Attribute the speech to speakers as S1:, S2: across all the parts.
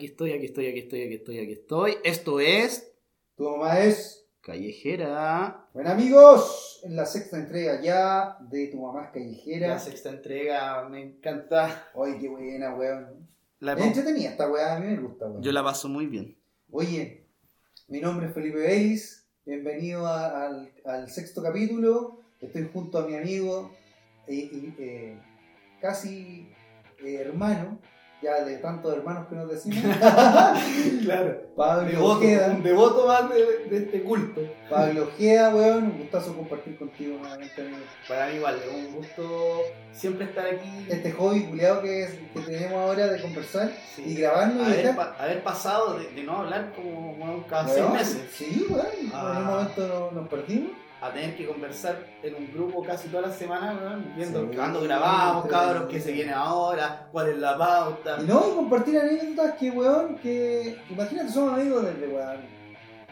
S1: estoy, aquí estoy, aquí estoy, aquí estoy, aquí estoy. Esto es
S2: Tu mamá es.
S1: Callejera.
S2: Bueno, amigos, en la sexta entrega ya de Tu mamá es
S1: La
S2: callejera.
S1: sexta entrega, me encanta.
S2: Ay, qué buena, weón.
S1: La-
S2: Es entretenida esta weá, a mí me gusta, weón.
S1: yo la paso muy bien.
S2: Oye, mi nombre es Felipe Beis. Bienvenido a- al, al sexto capítulo. Estoy junto a mi amigo y, y, eh, casi eh, hermano, ya de tantos hermanos que nos decimos.
S1: Claro.
S2: Pablo Ojeda.
S1: devoto más de, este culto.
S2: Pablo Ojeda, weón. Un gustazo compartir contigo nuevamente, amigo.
S1: Para mí igual, es un gusto siempre estar aquí.
S2: este hobby culiado que, es- que tenemos ahora de conversar
S1: Sí.
S2: y grabarlo y
S1: haber,
S2: estar-
S1: pa- haber pasado de, de no hablar como bueno, cada seis
S2: Weón,
S1: meses
S2: Sí, weón. En un
S1: Ah.
S2: momento no- nos, perdimos.
S1: a tener que conversar en un grupo casi todas las semanas, weón, viendo
S2: Sí.
S1: cuándo grabamos,
S2: Sí.
S1: cabros, qué se viene ahora, cuál es la pauta.
S2: Y no, y compartir anécdotas que, weón, que. Imagínate, somos amigos desde, weón.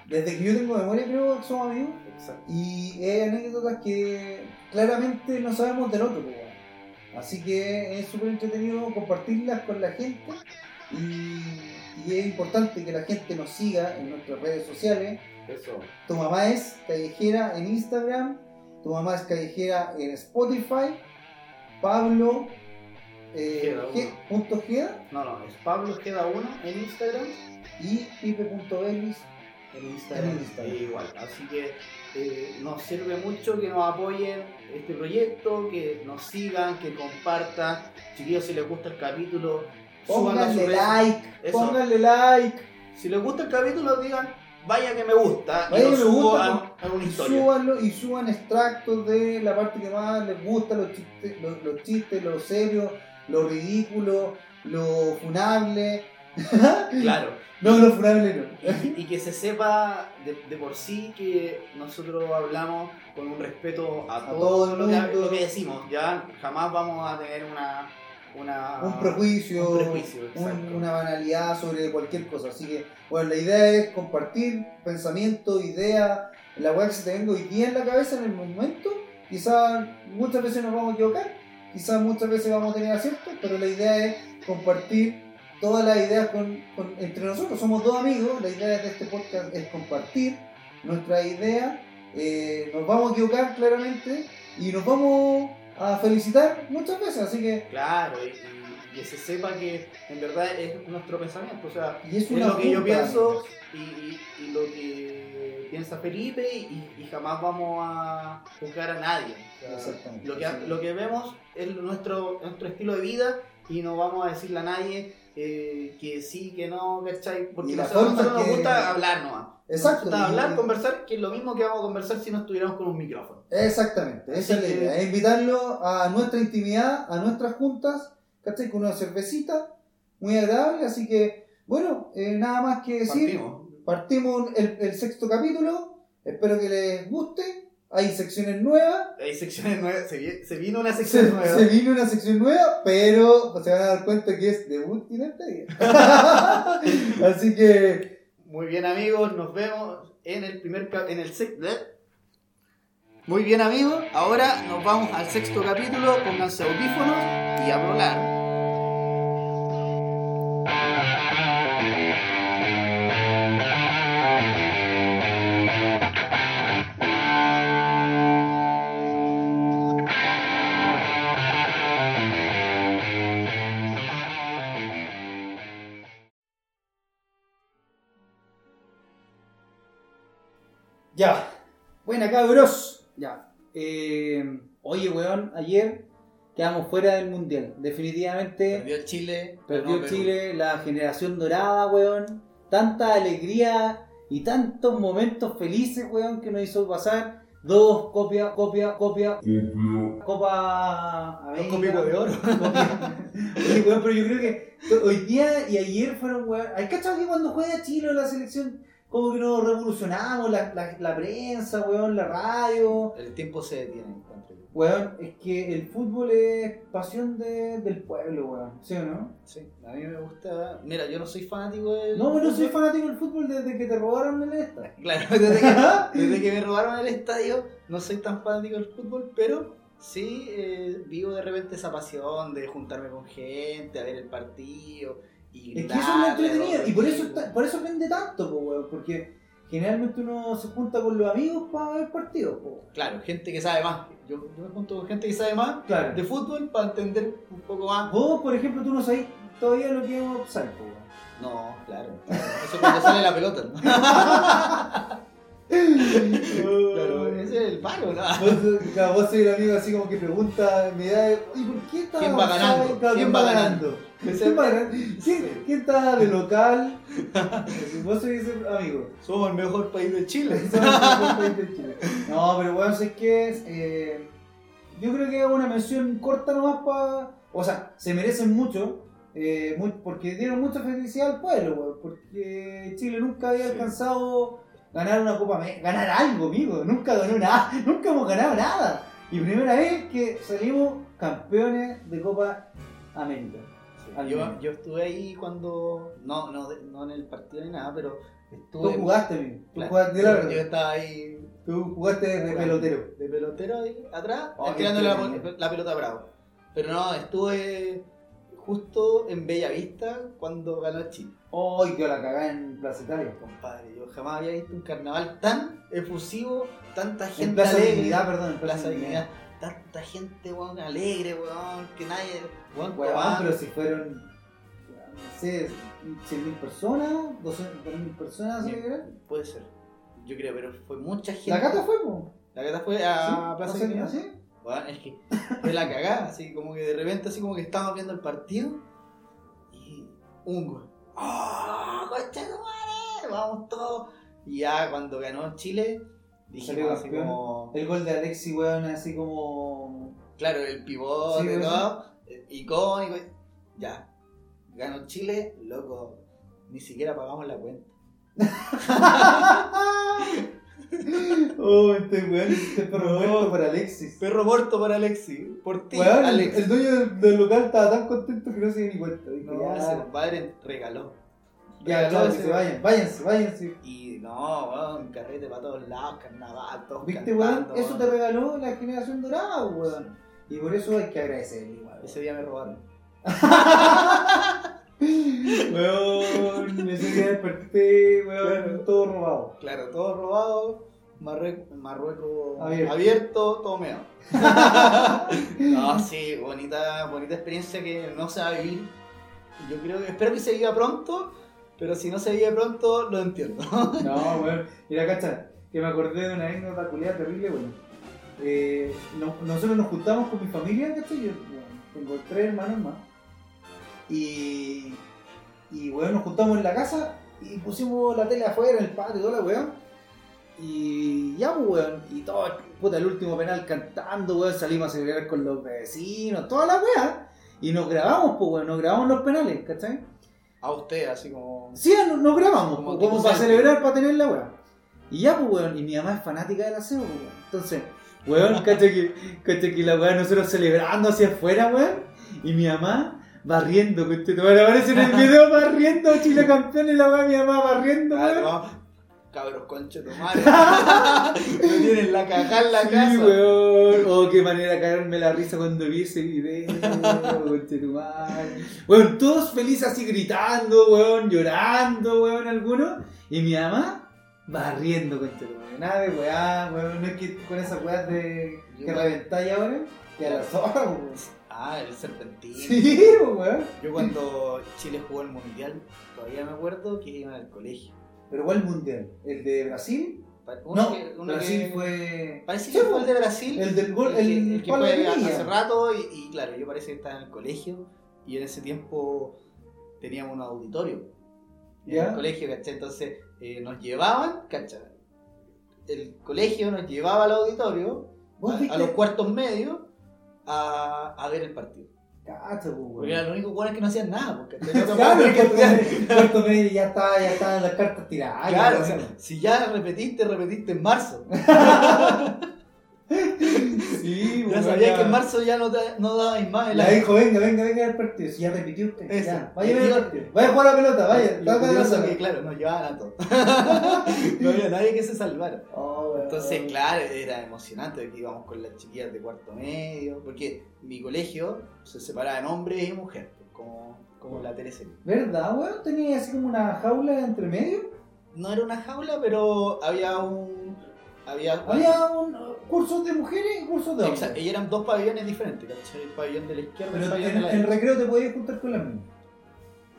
S2: Desde que yo tengo memoria, creo que somos amigos.
S1: Exacto.
S2: Y hay anécdotas que claramente no sabemos del otro, pues, weón. Así que es súper entretenido compartirlas con la gente. Y, y es importante que la gente nos siga en nuestras redes sociales.
S1: Eso.
S2: Tu mamá es callejera en Instagram. Tu mamá es callejera en Spotify. Pablo eh,
S1: Queda uno.
S2: G- punto Geda
S1: No, no, es Pablo queda uno en Instagram.
S2: y pipe.belis.
S1: En Instagram.
S2: En Instagram.
S1: eh, igual. Así que eh, nos sirve mucho que nos apoyen este proyecto, que nos sigan, que compartan. Chiquillos, si les gusta el capítulo, súbanlo a sus
S2: Pónganle
S1: redes
S2: like.
S1: Eso.
S2: Pónganle like.
S1: Si les gusta el capítulo, digan, vaya que me gusta.
S2: Vaya
S1: y lo
S2: que me
S1: subo
S2: gusta,
S1: a- a alguna historia.
S2: Súbanlo y suban extractos de la parte que más les gusta, los chistes, los, los chistes, lo serio, lo ridículo, lo funable.
S1: Claro.
S2: No, lo funable no.
S1: Y, y que se sepa de, de por sí que nosotros hablamos con un respeto a, todo,
S2: todo el
S1: lo, que,
S2: mundo.
S1: lo que decimos. Ya jamás vamos a tener una. una
S2: un prejuicio,
S1: Ah, un prejuicio,
S2: un-
S1: exacto.
S2: una banalidad sobre cualquier cosa. Así que, bueno, la idea es compartir pensamiento, idea, la weá que se te venga hoy día en la cabeza en el momento. Quizás muchas veces nos vamos a equivocar, quizás muchas veces vamos a tener aciertos, pero la idea es compartir todas las ideas con, con- entre nosotros. Somos dos amigos, la idea de este podcast es compartir nuestra idea. Eh, nos vamos a equivocar claramente y nos vamos a felicitar muchas veces, así que
S1: Claro, y, y que se sepa que en verdad es nuestro pensamiento. O sea,
S2: Y es
S1: es
S2: una
S1: lo que yo
S2: junta,
S1: pienso
S2: amigos.
S1: y, y- y lo que piensa Felipe y, y jamás vamos a juzgar a nadie. O sea,
S2: Exactamente.
S1: Lo que, lo que vemos es nuestro, nuestro estilo de vida y no vamos a decirle a nadie eh, que sí, que no, ¿cachai? Porque
S2: Y la
S1: nosotros,
S2: forma
S1: nosotros nos
S2: que-
S1: gusta hablar nomás.
S2: Exacto.
S1: Nos gusta hablar,
S2: y-
S1: conversar, que es lo mismo que vamos a conversar si no estuviéramos con un micrófono.
S2: Exactamente, esa es
S1: Así
S2: la
S1: que-
S2: idea. es invitarlo a nuestra intimidad, a nuestras juntas, ¿cachai? Con una cervecita muy agradable. Así que, bueno, eh, nada más que decir.
S1: Partimos.
S2: Partimos, el, el sexto capítulo. Espero que les guste. Hay secciones nuevas.
S1: Hay secciones nuevas, se, vi- se vino una
S2: Se,
S1: sección nueva.
S2: se vino una sección nueva, pero se van a dar cuenta que es debut y despedida. Así que,
S1: Muy bien amigos, nos vemos en el primer ca- en el sexto. Muy bien amigos, ahora nos vamos al sexto capítulo, pónganse audífonos y a volar.
S2: ya. Buena, cabros. Ya. Eh, oye, weón, ayer quedamos fuera del mundial. Definitivamente.
S1: Perdió Chile,
S2: Perdió
S1: ganó Perú.
S2: Chile, la generación dorada, weón. Tanta alegría y tantos momentos felices, weón, que nos hizo pasar. Dos, copia, copia, copia. Copa
S1: Dos
S2: América.
S1: copicos de oro.
S2: Copia. Oye, weón, pero yo creo que to- hoy día y ayer fueron, weón. ¿Hay cachado que cuando juega Chile o la selección, como que nos revolucionamos? La, la- la prensa, weón, la radio.
S1: El tiempo se detiene, encuentro yo.
S2: Weón, es que el fútbol es pasión de- del pueblo, weón. ¿Sí o no?
S1: Sí, a mí me gusta. Mira, yo no soy fanático del.
S2: No, no soy fanático del fútbol desde que te robaron el esta.
S1: Claro, desde que, desde que me robaron el estadio, no soy tan fanático del fútbol, pero sí eh, vivo de repente esa pasión de juntarme con gente, a ver el partido, Y
S2: Es que eso es lo entretenido. Y por eso, está- por eso vende tanto, po, weón. Porque generalmente uno se junta con los amigos para ver partidos, po. weón.
S1: Claro, gente que sabe más. Yo, yo me junto con gente que sabe más
S2: Claro.
S1: de fútbol para entender un poco más.
S2: Vos, por ejemplo, tú no sabés todavía lo que es un offside, po, weón.
S1: No, claro. Eso cuando sale la pelota. ¿no? Claro, ese es el palo, ¿no?
S2: Vos, claro, vos sois el amigo así como que pregunta, me da, ¿y por qué está
S1: ¿Quién va
S2: avanzado?
S1: ganando?
S2: Claro,
S1: ¿Quién va ganando?
S2: ¿Quién va ganando? ¿Quién, quién está de local? vos sois ese amigo.
S1: Somos el mejor país de Chile.
S2: No, pero bueno, sé que es, eh, yo creo que es una mención corta nomás para. O sea, se merecen mucho. eh, muy- porque dieron mucha felicidad al pueblo, weón, porque Chile nunca había
S1: Sí.
S2: alcanzado ganar una Copa Me- ganar algo, amigo, nunca ganó nada, nunca hemos ganado nada. Y primera vez que salimos campeones de Copa América.
S1: Yo, yo estuve ahí cuando. No, no, de- no en el partido ni nada, pero
S2: Tú
S1: estuve.
S2: jugaste, amigo, tú
S1: Claro,
S2: jugaste, di la
S1: Yo
S2: verdad,
S1: estaba ahí
S2: tú jugaste de pelotero.
S1: de pelotero ahí atrás,
S2: Oh,
S1: tirando
S2: qué
S1: la,
S2: entretenido.
S1: la pelota a bravo. Pero no, estuve justo en Bellavista cuando ganó Chile.
S2: Hoy que la cagá en Plaza Italia.
S1: Compadre, yo jamás había visto un carnaval tan efusivo, tanta
S2: En
S1: gente
S2: Plaza
S1: alegre.
S2: Dignidad, perdón, en
S1: Plaza Dignidad. Tanta gente, weón, alegre, weón, que nadie, weón,
S2: Weón,
S1: tomando.
S2: pero si fueron, weón, no sé, 100.000 personas, 200.000 personas, ¿sí que era?
S1: Puede ser. Yo creo, pero fue mucha gente.
S2: La cata fue, po.
S1: La Cata fue a
S2: ¿Sí?
S1: Plaza
S2: ¿No sé,
S1: Dignidad.
S2: ¿sí?
S1: Bueno, es que fue la cagada, así como que de repente, así como que estábamos viendo el partido y un gol. ¡Oh, concha de tu madre! Vamos todos. Y ya cuando ganó Chile,
S2: Salió
S1: dijimos así
S2: campeón.
S1: como.
S2: El gol de Alexi, weón, así como.
S1: Claro, el pivote,
S2: Sí,
S1: y
S2: pues,
S1: todo, eh, icónico. y- Ya. Ganó Chile, loco. Ni siquiera pagamos la cuenta.
S2: oh, este weón, este perro
S1: No.
S2: muerto por Alexis.
S1: Perro muerto para Alexi. Por ti,
S2: Weón, el,
S1: Alexi.
S2: el dueño del, del local estaba tan contento que no se dio ni cuenta. Dijo,
S1: No, ese
S2: ya,
S1: compadre regaló.
S2: ya,
S1: Regaló
S2: chao, que
S1: ese-
S2: se vayan, váyanse, váyanse.
S1: Y no, weón, carrete para todos lados, carnaval, todos
S2: ¿Viste, weón?
S1: cantando,
S2: Eso te regaló la generación dorada, weón. Y por eso hay que agradecerle, weón.
S1: Ese día me robaron.
S2: Weón, ese día desperté, weón, todo robado.
S1: Claro, todo robado, Marrue- Marruecos
S2: Abierto.
S1: abierto, todo meado. no, sí, bonita, bonita experiencia que no se va a vivir. Yo creo que, espero que se viva pronto, pero si no se vive pronto, lo entiendo.
S2: No, weón. Mira, cacha, que me acordé de una anécdota culiada terrible, weón. Eh, no- nosotros nos juntamos con mi familia, ¿cachai? Yo weón, tengo tres hermanos más. Y, y, weón, nos juntamos en la casa y pusimos la tele afuera, en el patio y toda la weón. Y ya, pues, weón, y todo, puta, el último penal cantando, weón, salimos a celebrar con los vecinos, toda la weá. Y nos grabamos, pues, weón, nos grabamos los penales, ¿cachai?
S1: A usted, así como.
S2: Sí, no- nos grabamos,
S1: Como
S2: po,
S1: tipo
S2: como, para
S1: selfie.
S2: celebrar, para tener la weá. Y ya, pues, weón, y mi mamá es fanática del aseo, pues, weón. Entonces, weón, cacha que, cacha que la weá, nosotros celebrando hacia afuera, weón, y mi mamá barriendo, que usted, bueno, aparece en el video barriendo, Chile campeón, y la weá, mi mamá barriendo,
S1: Ah,
S2: weón.
S1: no, Cabros conche tomar. no tienen la caja en la
S2: Sí,
S1: casa.
S2: weón. Oh, qué manera de caerme la risa cuando vi ese video, conchetumare. Weón, todos felices así gritando, weón, llorando, weón, algunos. Y mi mamá barriendo, conchetumare. Nada de weá, weón. No es que con esas weas de que reventáis ahora, que a la zorra, weón.
S1: Ah, el serpentín.
S2: Sí, weón.
S1: Yo cuando Chile jugó el mundial, todavía me acuerdo que iban al colegio.
S2: Pero ¿cuál mundial? ¿El de Brasil?
S1: Pa- uno
S2: No,
S1: que- uno
S2: Brasil
S1: que-
S2: fue.
S1: Parece
S2: Sí, pues,
S1: que fue el de Brasil.
S2: El del gol,
S1: que-
S2: el,
S1: el que
S2: palo de
S1: fue
S2: Pinilla.
S1: hace rato y, y claro, yo parece que estaba en el colegio y en ese tiempo teníamos un auditorio en
S2: Ya.
S1: el colegio, ¿cachai? Entonces eh, nos llevaban, ¿cachai? El colegio nos llevaba al auditorio,
S2: ¿Vos
S1: a- a,
S2: viste?
S1: los cuartos medios, a, a ver el partido.
S2: Cacha, pues, weón.
S1: Porque eran los únicos jugadores que no hacían nada, porque ¿cachai? No
S2: Claro,
S1: tenían que estudiar.
S2: el cuarto medio ya está, ya está en las cartas tiradas.
S1: Claro,
S2: ya,
S1: o sea,
S2: bueno.
S1: si ya repetiste, repetiste en marzo.
S2: sí,
S1: Ya
S2: bueno,
S1: sabías que en marzo ya no, da- no dabais más el
S2: La dijo, venga, venga, venga al partido. Si ya repitió usted,
S1: Eso.
S2: ya. Vaya,
S1: Y
S2: vaya,
S1: yo-
S2: al partido. vaya a jugar a la pelota, vaya.
S1: Lo
S2: toca la
S1: curioso
S2: sala.
S1: que, claro, nos llevaban a todos. no había nadie que se salvara.
S2: Oh, bueno.
S1: Entonces, claro, era emocionante que íbamos con las chiquillas de cuarto medio, porque mi colegio se separaba en hombres y mujeres. como, como la teleserie.
S2: ¿Verdad, weón? Tenía así como una jaula entre medio.
S1: No era una jaula, pero había un. Había.
S2: Había un, cursos de mujeres y cursos de hombres.
S1: Ah. Exacto, y eran dos pabellones diferentes, ¿cachai? El pabellón de la izquierda y el
S2: Pero
S1: pabellón
S2: en,
S1: de la
S2: en
S1: derecha.
S2: recreo te podías juntar con las mismas.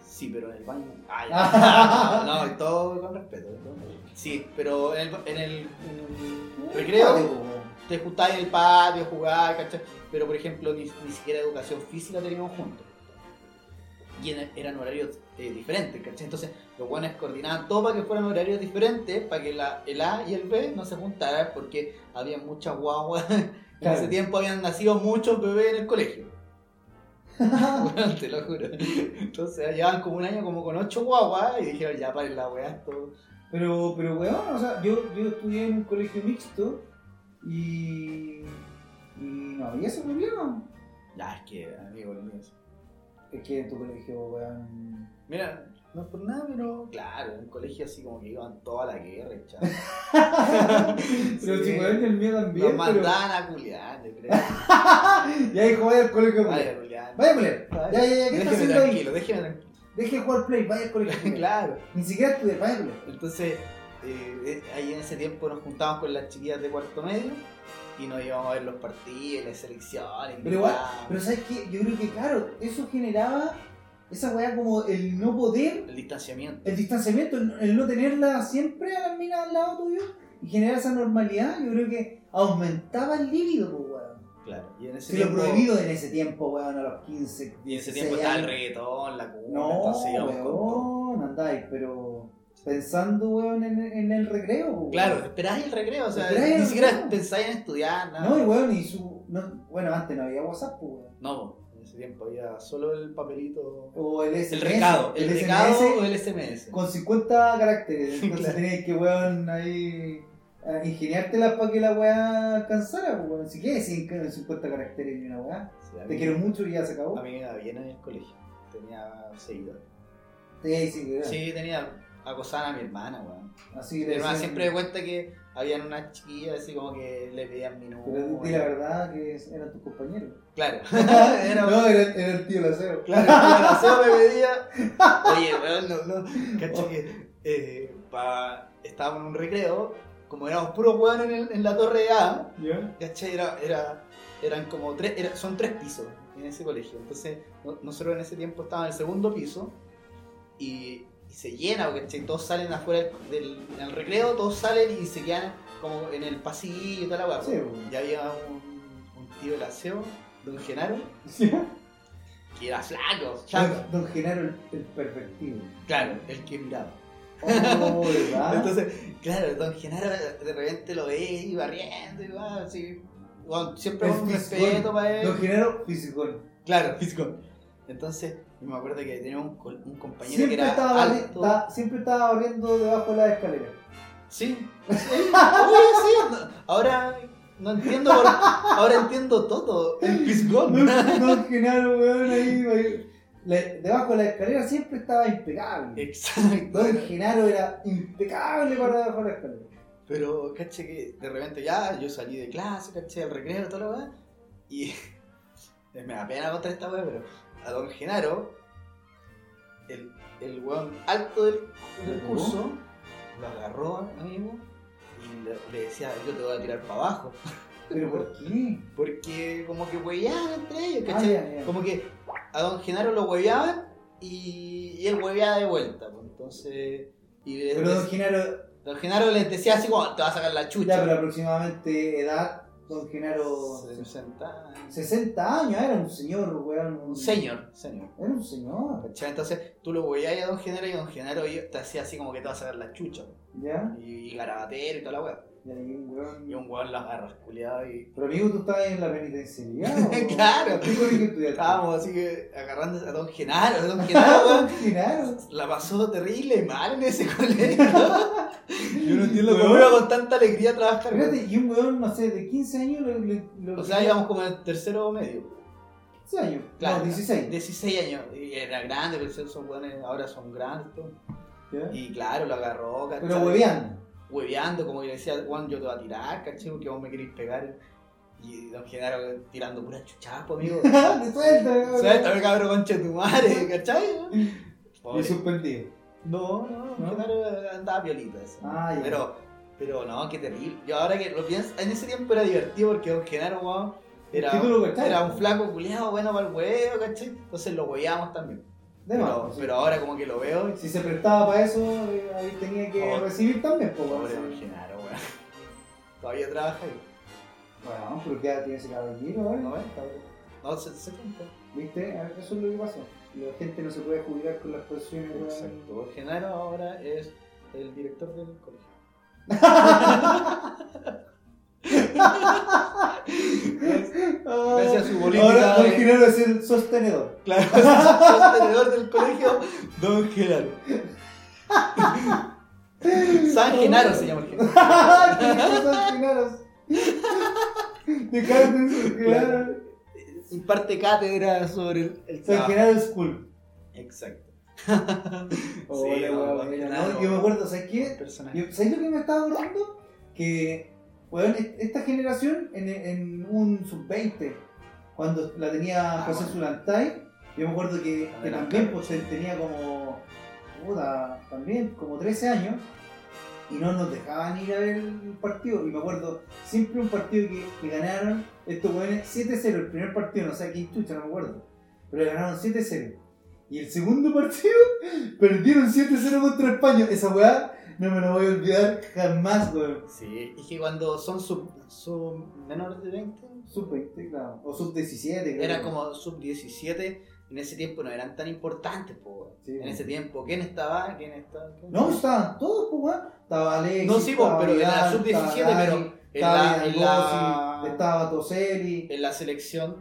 S1: Sí, pero en el baño. Ay, no, no, todo con respeto. todo con respeto. Sí, pero en el, en el- en el
S2: Vale,
S1: recreo
S2: weón.
S1: te juntabas en el patio a jugar, ¿cachai? Pero por ejemplo, ni, ni siquiera educación física teníamos juntos. Y en- eran horarios eh, diferentes, ¿cachai? Entonces, los buenos coordinaban todo para que fueran horarios diferentes, para que la, el A y el B no se juntaran, porque había muchas guaguas. En
S2: Claro.
S1: ese tiempo habían nacido muchos bebés en el colegio. Bueno, te lo juro. Entonces llevaban como un año como con ocho guaguas y dijeron, ya paren la weá, esto.
S2: Pero, pero weón, o sea, yo, yo estudié en un colegio mixto y. y no había ese problema.
S1: Ya, es que, amigo, lo mío es-
S2: Es que en tu colegio, weón.
S1: Mira, no es por nada, pero claro, en un colegio así como que iban toda la guerra, y chao.
S2: Pero
S1: Sí.
S2: si weón, el mío
S1: Nos
S2: también. Pero...
S1: mandaban a culiar, yo creo.
S2: Y ahí vaya al colegio,
S1: Vaya
S2: culiao.
S1: a culiar.
S2: Vaya, culero. Ya, ya, ya, ¿qué estás
S1: Déjeme
S2: haciendo ahí?
S1: tranquilo, déjeme tranquilo.
S2: Deje de jugar play, vaya al colegio. culiao.
S1: Claro.
S2: Ni siquiera estudié, vaya, culero.
S1: Entonces, eh, eh, ahí en ese tiempo nos juntábamos con las chiquillas de cuarto medio y nos íbamos a ver los partidos, las selecciones.
S2: Pero igual,
S1: invitábamos.
S2: Pero sabes qué, yo creo que, claro, eso generaba esa weá como el no poder
S1: el distanciamiento.
S2: el distanciamiento, el, el no tenerla siempre a las minas al lado tuyo y generar esa normalidad, yo creo que aumentaba el líbido, pues, weón.
S1: Claro. Y en ese
S2: Si lo prohibido en ese tiempo, weón, a los 15.
S1: Y en ese
S2: 16
S1: tiempo estaba el
S2: años.
S1: reggaetón, la cuna,
S2: No,
S1: entonces íbamos con todo.
S2: weón, andáis, pero pensando, weón, en, en el recreo, pues, weón.
S1: Claro, esperáis el recreo, o sea,
S2: Esperáis el
S1: ni siquiera
S2: recreo.
S1: pensáis en estudiar, nada.
S2: No, y weón, y su. no- bueno, antes no había WhatsApp, pues, weón.
S1: No, po, en ese tiempo había solo el papelito.
S2: O el SMS.
S1: El recado, el,
S2: SMS
S1: recado o el SMS.
S2: Con 50 caracteres, entonces
S1: Claro.
S2: tenías que, weón, ahí eh, ingeniártela para que la weá alcanzara, pues, weón. Si quieres, sin que- 50 caracteres ni una weá.
S1: Sí, a
S2: Te
S1: mí-
S2: quiero mucho y ya se acabó.
S1: A mí me iba bien en el colegio, tenía seguidores.
S2: Sí, sí, weón.
S1: Sí, tenía. Acosaban a mi hermana, weón.
S2: Así
S1: Mi
S2: le
S1: hermana
S2: decían,
S1: siempre cuenta que habían unas chiquillas así como que le pedían mi
S2: Pero
S1: número.
S2: di la verdad que es- eran tus compañeros.
S1: Claro. Era-
S2: no, era, era el tío Laceo.
S1: Claro, el aseo me pedía. Oye, weón, no, no. Cacho que eh, pa- estábamos en un recreo, como éramos puros weón en, el- en la torre A,
S2: ¿Ya?
S1: ¿cachai? Era, era, eran como tres, era- son tres pisos en ese colegio. Entonces, no- nosotros en ese tiempo estábamos en el segundo piso y, y se llena, porque Todos salen afuera del, del recreo, todos salen y se quedan como en el pasillo y toda la weá.
S2: Sí, weón.
S1: Ya había un, un tío del aseo, don Genaro, que era flaco, flaco.
S2: Don, don Genaro, el, el pervertido.
S1: Claro, el que miraba.
S2: Oh, ¿verdad?
S1: Entonces, claro, don Genaro de repente lo ve y barriendo y va así. Bueno, siempre
S2: Es
S1: con un
S2: fisgón.
S1: respeto para él.
S2: Don Genaro, fisicón.
S1: Claro, fisgón. Entonces, yo me acuerdo que tenía un, col- un compañero
S2: Siempre
S1: que era
S2: estaba, barri-
S1: alto.
S2: ta- siempre estaba barriendo debajo de la escalera.
S1: Sí, sí, sí, sí. Ahora no entiendo, por- ahora entiendo todo. El fisgón.
S2: Don, don Genaro, weón, ahí, ahí. Le- debajo de la escalera siempre estaba impecable.
S1: Exacto.
S2: Don Genaro era impecable para debajo de la escalera.
S1: Pero, caché que de repente ya, yo salí de clase, caché, al recreo, toda la weá. Y me da pena contar esta weá, pero a don Genaro, el, el weón alto del, del
S2: ¿Lo
S1: curso, lo agarró, amigo, y le, le decía, yo te voy a tirar para abajo.
S2: ¿Pero por qué?
S1: Porque como que hueveaban entre ellos,
S2: Ah,
S1: caché.
S2: ya, ya.
S1: Como que a don Genaro lo hueveaban y, y él hueveaba de vuelta. pues, entonces, y le-
S2: Pero Don Genaro,
S1: don Genaro les decía así como, te vas a sacar la chucha.
S2: ya, pero aproximadamente edad, Don Genaro,
S1: 60.
S2: 60 años, era un señor, weón.
S1: Un señor, señor.
S2: Era un señor,
S1: ¿Cachai? Entonces tú lo veías a Don Genaro y Don Genaro y- te hacía así como que te vas a sacar la chucha.
S2: ¿ya?
S1: Y, y garabatero y toda la weá.
S2: Ya, y un
S1: Y
S2: weón.
S1: un weón las garras culiado y.
S2: Pero amigo, tú estabas en la penitenciaría. ¿o?
S1: Claro. Ah,
S2: ¿Qué colegio estudiaste? Ah,
S1: Estábamos así que agarrando a Don Genaro. Don Genaro weón,
S2: Don Genaro.
S1: la pasó terrible mal en ese colegio. Yo no entiendo cómo
S2: Weón.
S1: iba con tanta alegría a trabajar. weón.
S2: Fíjate, y un weón, no sé, de 15 años lo. lo- lo-
S1: O sea, íbamos como en el tercero medio.
S2: 15 años.
S1: Claro,
S2: no, 16.
S1: 16 años. Y era grande, pero esos weones ahora son grandes. todo.
S2: ¿ya?
S1: Y claro, lo agarró, ¿cachai?
S2: Pero hueveando.
S1: hueveando, como que le decía, Juan, yo te voy a tirar, ¿cachai? Porque vos me querés pegar. Y don Genaro tirando pura chuchapo, amigo.
S2: ¡Te suelta!
S1: Suéltame, cabrón, conche tu madre, ¿cachai?
S2: Y
S1: Pobre.
S2: suspendido.
S1: No, no,
S2: ¿No?
S1: Genaro andaba violita eso.
S2: Ah, ya.
S1: Pero, pero no, qué terrible. Yo ahora que lo pienso, en ese tiempo era divertido porque don Genaro, weón, era,
S2: ¿Qué tú lo cachai?
S1: era un flaco culiado bueno para el huevo, ¿cachai? Entonces lo hueábamos también.
S2: De
S1: pero,
S2: más, sí.
S1: pero ahora como que lo veo y
S2: Si se prestaba para eso, eh, ahí tenía que
S1: Pobre.
S2: recibir también, pues, bueno,
S1: pobre don
S2: sí.
S1: Genaro, weón. Todavía trabaja ahí.
S2: Bueno, pero ¿qué edad tiene ese caballero, eh?
S1: 90, weón. No, se- 70.
S2: ¿Viste? A ver, Eso es lo que pasa. La gente no se puede jubilar con las pensiones, weón.
S1: Exacto. Don Genaro ahora es el director del colegio.
S2: Ah,
S1: Gracias a su política
S2: Ahora
S1: de-
S2: don Genaro es el sostenedor.
S1: Claro, sostenedor del colegio, Don Genaro. San Genaro se llama el Genaro.
S2: Son chilenos. Dejaron de ser
S1: Claro.
S2: chilenos.
S1: Imparte cátedra sobre el, el
S2: San
S1: trabajo.
S2: Genaro School.
S1: Exacto.
S2: Hola,
S1: Sí,
S2: weón,
S1: Don
S2: mira,
S1: Genaro.
S2: ¿no? Yo me acuerdo, ¿sabes qué?
S1: Personaje.
S2: Yo- ¿Sabes lo que me estaba acordando? Que, weón, es- esta generación en, en un sub-20, cuando la tenía
S1: Ah,
S2: José
S1: bueno.
S2: Zulantay, yo me acuerdo que, que
S1: Adelante.
S2: también pues, él tenía como, puta, también como 13 años y no nos dejaban ir a ver el partido. Y me acuerdo siempre un partido que, que ganaron estos weones 7-0, el primer partido, no sé quién chucha, no me acuerdo, pero ganaron 7-0. Y el segundo partido perdieron 7-0 contra España. Esa weá no me la voy a olvidar jamás, weón.
S1: Sí, es que cuando son sub, sub menores de 20,
S2: Sub 20, claro. O sub 17, creo.
S1: eran como sub 17, en ese tiempo no eran tan importantes, po, weón.
S2: Sí,
S1: En
S2: weón.
S1: ese tiempo, ¿quién estaba? ¿Quién estaba? ¿Quién
S2: No, estaban todos, pues, weón. Estaba Alexis.
S1: No, sí, po,
S2: estaba
S1: pero en la
S2: Vidal,
S1: sub 17,
S2: estaba
S1: pero
S2: Dani,
S1: en
S2: estaba
S1: la, en
S2: Vidal Bossi,
S1: la- Eh.
S2: Estaba Toselli.
S1: en la selección,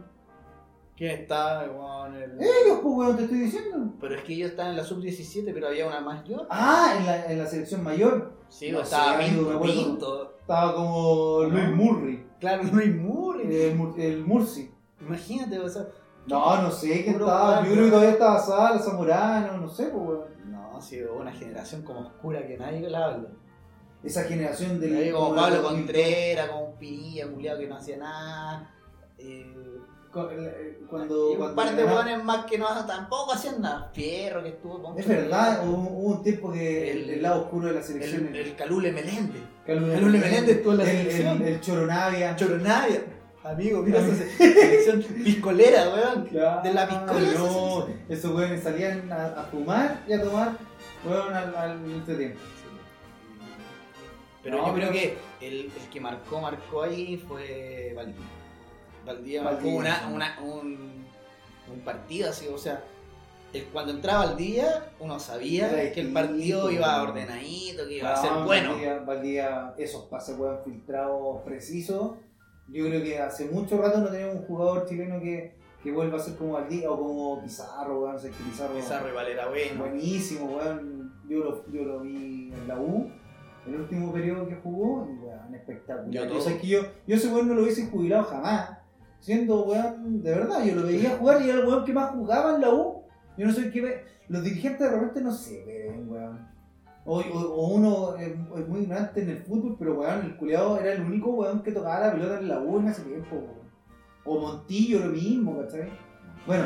S1: ¿quién estaba? weón? El-
S2: Ellos, pues, weón, te estoy diciendo.
S1: Pero es que ellos estaban en la sub 17, pero había una más yo.
S2: Ah, en la, en la selección mayor.
S1: Sí,
S2: No
S1: estaba
S2: sé, amigo, me
S1: Pinto,
S2: acuerdo.
S1: Pinto.
S2: Estaba como
S1: ¿No?
S2: Luis Murray.
S1: Claro, Luis Moore.
S2: El, Mur- el Mursi.
S1: Imagínate, o sea.
S2: No, no sé qué
S1: Puro
S2: estaba.
S1: weón,
S2: Yo creo que
S1: weón.
S2: todavía estaba Sala, Zamorano, no sé, pues, weón.
S1: No, ha sido una generación como oscura que nadie la habla.
S2: Esa generación del.
S1: Ahí como
S2: como
S1: Pablo
S2: del-
S1: Contreras, como Pinilla, culiado que no hacía nada. Eh,
S2: co- eh,
S1: y
S2: Cuando.
S1: un
S2: cuando
S1: par de
S2: ganaba-
S1: hueones más que no tampoco hacían nada. Fierro que estuvo con.
S2: Es verdad, hubo, hubo un tiempo que el,
S1: El-
S2: el lado oscuro de la selección.
S1: El, el Calule Meléndez.
S2: Calule
S1: Calule Meléndez estuvo en la
S2: el-
S1: selección.
S2: El, el Choronavia.
S1: Choronavia. Amigo, mira esa se- selección piscolera, weón.
S2: Claro,
S1: De la piscola. esa
S2: no,
S1: selección.
S2: esos güeyes salían a, a fumar y a tomar fueron al, al entretiempo.
S1: Pero
S2: No,
S1: yo creo
S2: pero-
S1: que el, el que marcó, marcó ahí fue Valdivia. Valdivia marcó
S2: Valdivia,
S1: una,
S2: sí.
S1: una- un, un partido así, o sea, el- cuando entraba Valdivia, uno sabía
S2: Era
S1: que el
S2: distinto,
S1: partido iba
S2: ¿no?
S1: ordenadito, que iba a ser bueno.
S2: Valdía, Valdía, esos pases weón, filtrados precisos. Yo creo que hace mucho rato no tenemos un jugador chileno que, que vuelva a ser como Valdía o como Pizarro, weón. No sé, que Pizarro,
S1: Pizarro y Valera, bueno.
S2: buenísimo, weón. Yo lo, yo lo vi en la U, el último periodo que jugó, y weón,
S1: Yo
S2: espectacular.
S1: todo.
S2: Yo, sé que yo, yo ese weón no lo hubiese jubilado jamás. Siendo weón, de verdad, yo lo veía jugar y era el weón que más jugaba en la U. Yo no sé qué ve- Los dirigentes de repente no se ven, weón. O, o- o uno es, es muy ignorante en el fútbol, pero weón, el culeado era el único weón que tocaba la pelota en la U en ese tiempo, weón. O Montillo, lo mismo, ¿cachai? Bueno,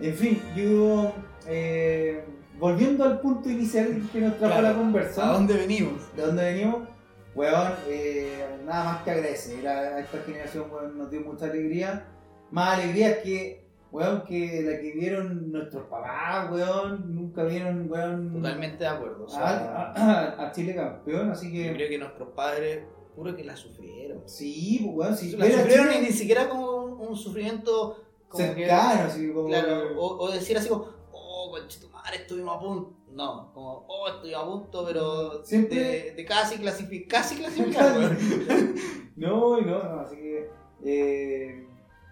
S2: en fin, yo. eh, volviendo al punto inicial que nos trajo
S1: Claro.
S2: la conversación,
S1: ¿A dónde venimos?
S2: ¿de dónde venimos? Weón, eh, nada más que agradecer a a esta generación, weón, nos dio mucha alegría. Más alegría que, weón, que la que vieron nuestros papás, weón, nunca vieron, weón,
S1: Totalmente de acuerdo. o
S2: a,
S1: sea,
S2: a- a Chile campeón, así
S1: Ah, yo
S2: que.
S1: creo que nuestros padres, puro que la sufrieron.
S2: Sí, pues, weón, si
S1: La
S2: ver a
S1: sufrieron y
S2: Chile
S1: ni siquiera como un, un sufrimiento como que-
S2: cercano, así como.
S1: Claro, o, o decir así como, oh, conchetumare, estuvimos a punto. No, como, oh, estuvimos a punto, pero
S2: siempre.
S1: de, de casi clasificar, casi clasificar,
S2: Claro.
S1: weón.
S2: No, y no, no, así que eh,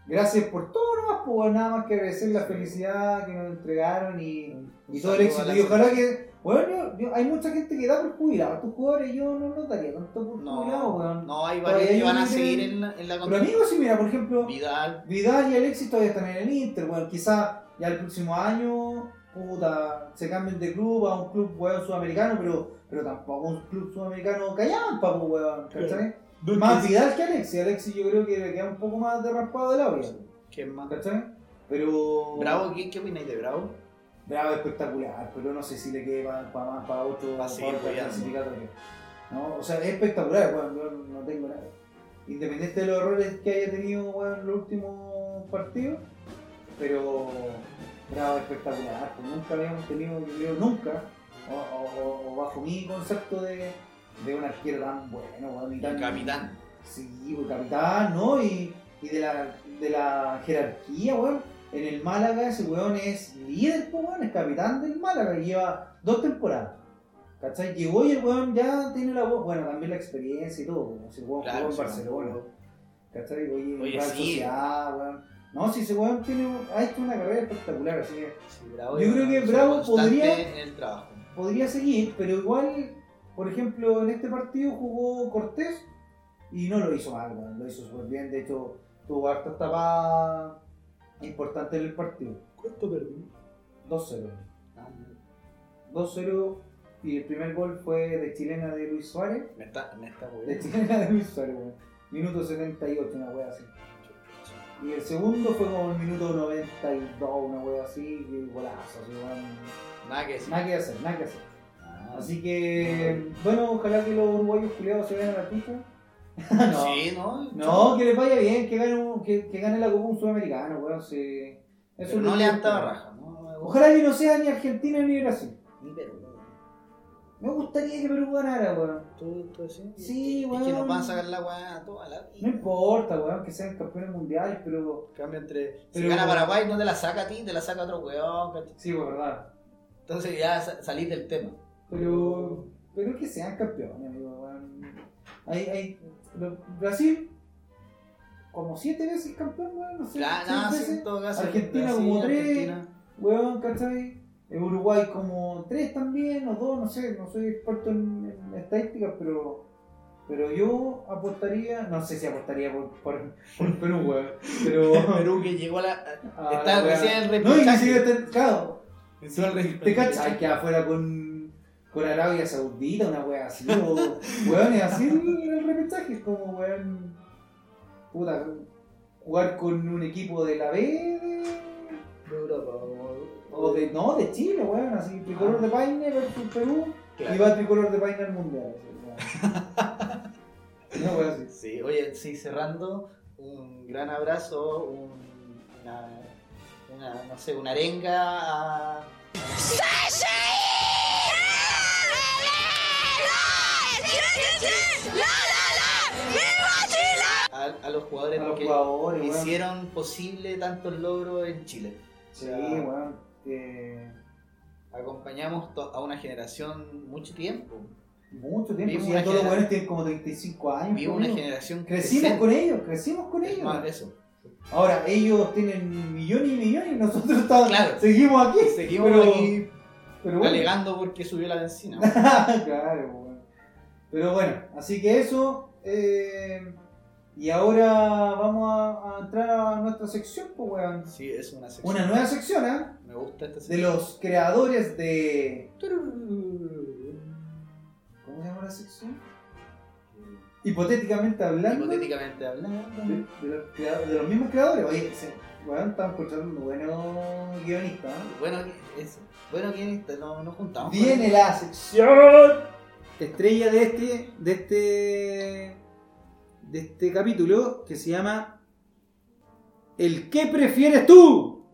S2: gracias por todo nomás, pues bueno, nada más que agradecer la felicidad que nos entregaron y, y todo el éxito. Y ojalá que, bueno, yo- yo- hay mucha gente que da por jubilado a tus jugadores, yo no los daría tanto por jubilado,
S1: No,
S2: weón.
S1: no, hay
S2: Pero
S1: varios
S2: ahí
S1: que van a
S2: miren-
S1: seguir en la, en la
S2: Pero amigos, sí, mira, por ejemplo,
S1: Vidal,
S2: Vidal y Alexis todavía están en el Inter, weón. Quizá ya el próximo año, puta, se cambien de club a un club, weón, sudamericano, pero, pero tampoco un club sudamericano callaban, papu, weón, ¿cachai? Más Vidal que Alexi. Alexi yo creo que le queda un poco más derraspado de labia.
S1: ¿Quién más?
S2: ¿Cachai? Pero.
S1: Bravo, ¿qué, qué opináis de Bravo?
S2: Bravo espectacular, pero no sé si le quede para más para otro
S1: Va a seguir
S2: para otro
S1: peleando.
S2: clasificatorio. ¿No? O sea, es espectacular, weón, yo no tengo nada. Independiente de los errores que haya tenido weón, en los últimos partidos, pero bravo espectacular, pues nunca habíamos tenido, yo creo, nunca, o, o- o- o bajo mi concepto de, de un arquero tan bueno, weón, y
S1: El
S2: tan,
S1: capitán.
S2: Sí, pues capitán, ¿no? Y, y de, la, de la jerarquía, weón. En el Málaga ese weón es líder, pues, weón, es capitán del Málaga, y lleva dos temporadas. ¿Cachai? Llegó y el weón ya tiene la voz, bueno, también la experiencia y todo, ¿no? Ese weón
S1: Claro,
S2: jugó en
S1: sí,
S2: Barcelona. ¿Cachai? Oye, en
S1: Oye,
S2: Real
S1: sí.
S2: Sociedad, weón. No, si ese weón tiene, ha hecho una carrera espectacular, así que
S1: Sí, Bravo
S2: Yo
S1: es
S2: creo
S1: una
S2: que
S1: persona
S2: Bravo
S1: constante
S2: podría-
S1: En el trabajo.
S2: podría seguir, pero igual, por ejemplo, en este partido jugó Cortés y no lo hizo mal, weón, lo hizo súper bien, de hecho tuvo hartas tapadas importantes en el partido,
S1: ¿Cuánto perdí?
S2: 2-0,
S1: Ah,
S2: 2-0 y el primer gol fue de chilena de Luis Suárez,
S1: Me está, me está muy
S2: de
S1: bien.
S2: chilena de Luis Suárez, weón. minuto 78, una wea así, y el segundo fue como el minuto 92, una wea así, y golazo, así, weón.
S1: Nada que decir.
S2: nada que hacer, nada que hacer.
S1: Ah,
S2: Así que, bueno, ojalá que los uruguayos culiados se vean a la pista. no,
S1: Sí, ¿no?
S2: no, que les vaya bien, que gane, un- que, que gane la Copa un Sudamericano, weón. sí. Eso
S1: Pero
S2: es
S1: no
S2: lo
S1: le
S2: que-
S1: han dado raja. ¿no?
S2: Ojalá que no sea ni Argentina ni Brasil.
S1: Ni Perú.
S2: Me gustaría que Perú ganara, weón.
S1: ¿Tú, tú decís?
S2: Sí,
S1: Es que
S2: weón.
S1: nos van a sacar la weá toda la
S2: No
S1: vida.
S2: importa, weón, que sean campeones mundiales, pero.
S1: Cambia entre. Si
S2: Pero-
S1: gana Paraguay, no te la saca a ti, te la saca a otro weón. ¿cachai?
S2: Sí, pues verdad.
S1: Entonces ya sa- salís del tema.
S2: Pero. Pero que sean campeones, amigo, weón. Hay, hay. pero Brasil, como siete veces campeón, weón, no sé.
S1: Ya,
S2: seis
S1: nada,
S2: veces.
S1: sí, en todo caso.
S2: Argentina
S1: Brasil,
S2: como tres.
S1: Argentina.
S2: weón, ¿cachai? En Uruguay como tres también, o dos, no sé, no soy experto en, en estadísticas, pero pero yo apostaría, no sé si apostaría por, por, por Perú, weón, pero...
S1: Perú que llegó a la.
S2: a-
S1: Está
S2: weón.
S1: recién en
S2: Ah, No, y ni
S1: repechaje.
S2: siquiera está, claro,
S1: Entró al
S2: te
S1: repechaje.
S2: cachas, hay que afuera con, con Arabia Saudita, una wea así, o, weón, es así el, el repechaje, es como, weón, puta, jugar con un equipo de la B de-
S1: De Europa. o-
S2: o Oh, de, no, de Chile, weón, así, tricolor de Paine versus Perú,
S1: Ah. Claro.
S2: y va tricolor de Paine al mundial. así, weón. no, weón, así.
S1: Sí, oye, sí, cerrando, un gran abrazo, un- una, una, no sé, una arenga a... A, a los jugadores
S2: A los
S1: que
S2: jugadores, weón.
S1: hicieron posible tantos logros en Chile.
S2: Sí, weón. eh,
S1: Acompañamos to- a una generación mucho tiempo.
S2: mucho tiempo.
S1: Vimos
S2: Si
S1: una
S2: ya todos los
S1: genera-
S2: weones tienen como 35 años.
S1: Vivimos una
S2: weón.
S1: generación
S2: Crecimos
S1: con
S2: con ellos, crecimos con ellos.
S1: más de eso.
S2: Ahora, ellos tienen millones y millones y nosotros estamos-
S1: Claro.
S2: seguimos aquí.
S1: Seguimos
S2: Pero-
S1: aquí
S2: Pero bueno.
S1: alegando porque subió la benzina.
S2: Ah, claro, weón. Pero bueno, así que eso. eh, y ahora vamos a, a entrar a nuestra sección, pues, weón.
S1: Sí, es una sección.
S2: Una nueva sección, ¿ah?
S1: Me gusta esta
S2: De
S1: sección.
S2: los creadores de. ¿Cómo se llama la sección? Hipotéticamente hablando.
S1: Hipotéticamente hablando.
S2: de, de los crea- de los mismos creadores. Oye, se- weón, estamos escuchando un buen guionista, ¿ah?
S1: Bueno, eso. Bueno, ¿quién está? No, nos juntamos. con
S2: Viene
S1: él.
S2: la sección estrella de este, de este, de este capítulo que se llama El que prefieres tú.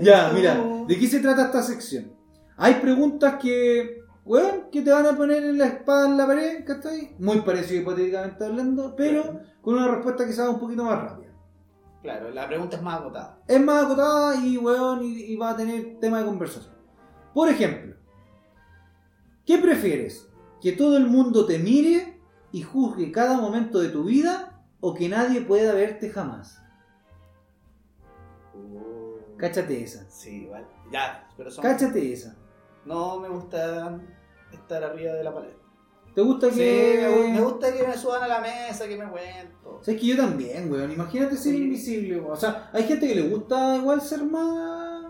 S2: Ya, mira, ¿de qué se trata esta sección? Hay preguntas que, weón, que te van a poner en la espada en la pared, ¿cachai? Muy parecido hipotéticamente hablando, pero con una respuesta quizás un poquito más rápida.
S1: Claro, la pregunta es más agotada.
S2: es más acotada y weón y, y va a tener tema de conversación. Por ejemplo, ¿qué prefieres? ¿Que todo el mundo te mire y juzgue cada momento de tu vida o que nadie pueda verte jamás? Cáchate esa.
S1: Sí, vale. Ya, pero son.
S2: Cáchate esa.
S1: No me gusta estar arriba de la paleta.
S2: ¿Te gusta
S1: Sí,
S2: que.?
S1: me, gu- me gusta que me suban a la mesa, que me cuento.
S2: ¿Sabes que yo también, weón? Imagínate ser
S1: Sí.
S2: invisible, weón. O sea, hay gente que le gusta igual ser más.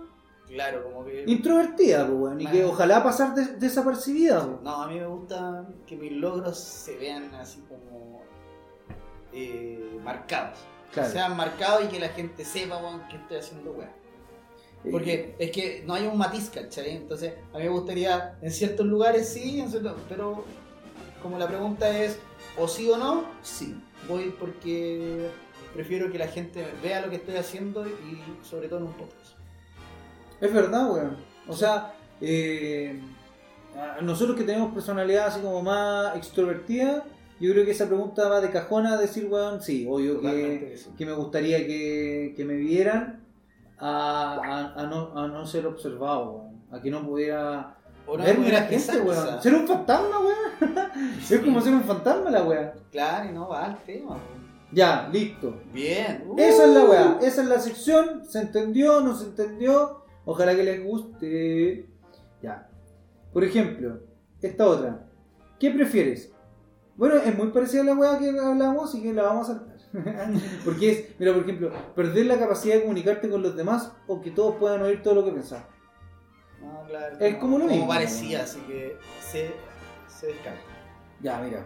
S1: Claro, como que.
S2: Introvertida, pues, weón, y que
S1: Ah.
S2: ojalá pasar des- desapercibida, pues. weón.
S1: No, a mí me gusta que mis logros se vean así como eh, marcados.
S2: Claro.
S1: Sean marcados y que la gente sepa weón, que estoy haciendo weá. Porque es que no hay un matiz, ¿cachai? Entonces, a mí me gustaría, en ciertos lugares sí, en ciertos, pero como la pregunta es, o sí o no, sí. Voy porque prefiero que la gente vea lo que estoy haciendo y sobre todo en un podcast.
S2: Es verdad, weón. O sea, eh, a- nosotros que tenemos personalidad así como más extrovertida, yo creo que esa pregunta va de cajona a decir, weón, sí, obvio que,
S1: Totalmente eso.
S2: que me gustaría que, que me vieran a, a- a no, a no ser observado, weón. A que no pudiera
S1: O no
S2: verme
S1: pudiera
S2: la gente,
S1: pensar,
S2: weón.
S1: quizá.
S2: Ser un fantasma, weón. es como ser un fantasma la weá.
S1: Claro, y no va al tema. weón.
S2: Ya, listo.
S1: Bien. Uh.
S2: Esa es la weá, esa es la sección, se entendió, no se entendió, ojalá que les guste. Ya. Por ejemplo, esta otra. ¿Qué prefieres? Bueno, es muy parecida a la weá que hablamos y que la vamos a saltar. porque es, mira, por ejemplo, perder la capacidad de comunicarte con los demás o que todos puedan oír todo lo que pensás.
S1: No, claro,
S2: Es como lo mismo.
S1: parecía, así que se, se descarga.
S2: Ya, mira.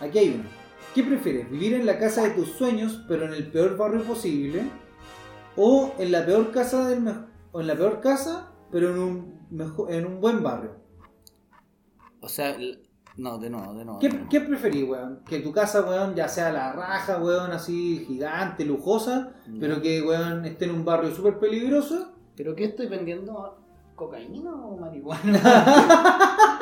S2: Aquí hay una. ¿Qué prefieres? ¿Vivir en la casa de tus sueños, pero en el peor barrio posible? ¿O en la peor casa del me- o en la peor casa, pero en un mejo- en un buen barrio?
S1: O sea, no, de nuevo, de nuevo.
S2: ¿Qué, qué preferís, weón? Que tu casa, weón, ya sea la raja, weón, así gigante, lujosa, pero que, weón, esté en un barrio súper peligroso.
S1: ¿Pero qué estoy vendiendo? ¿Cocaína o marihuana?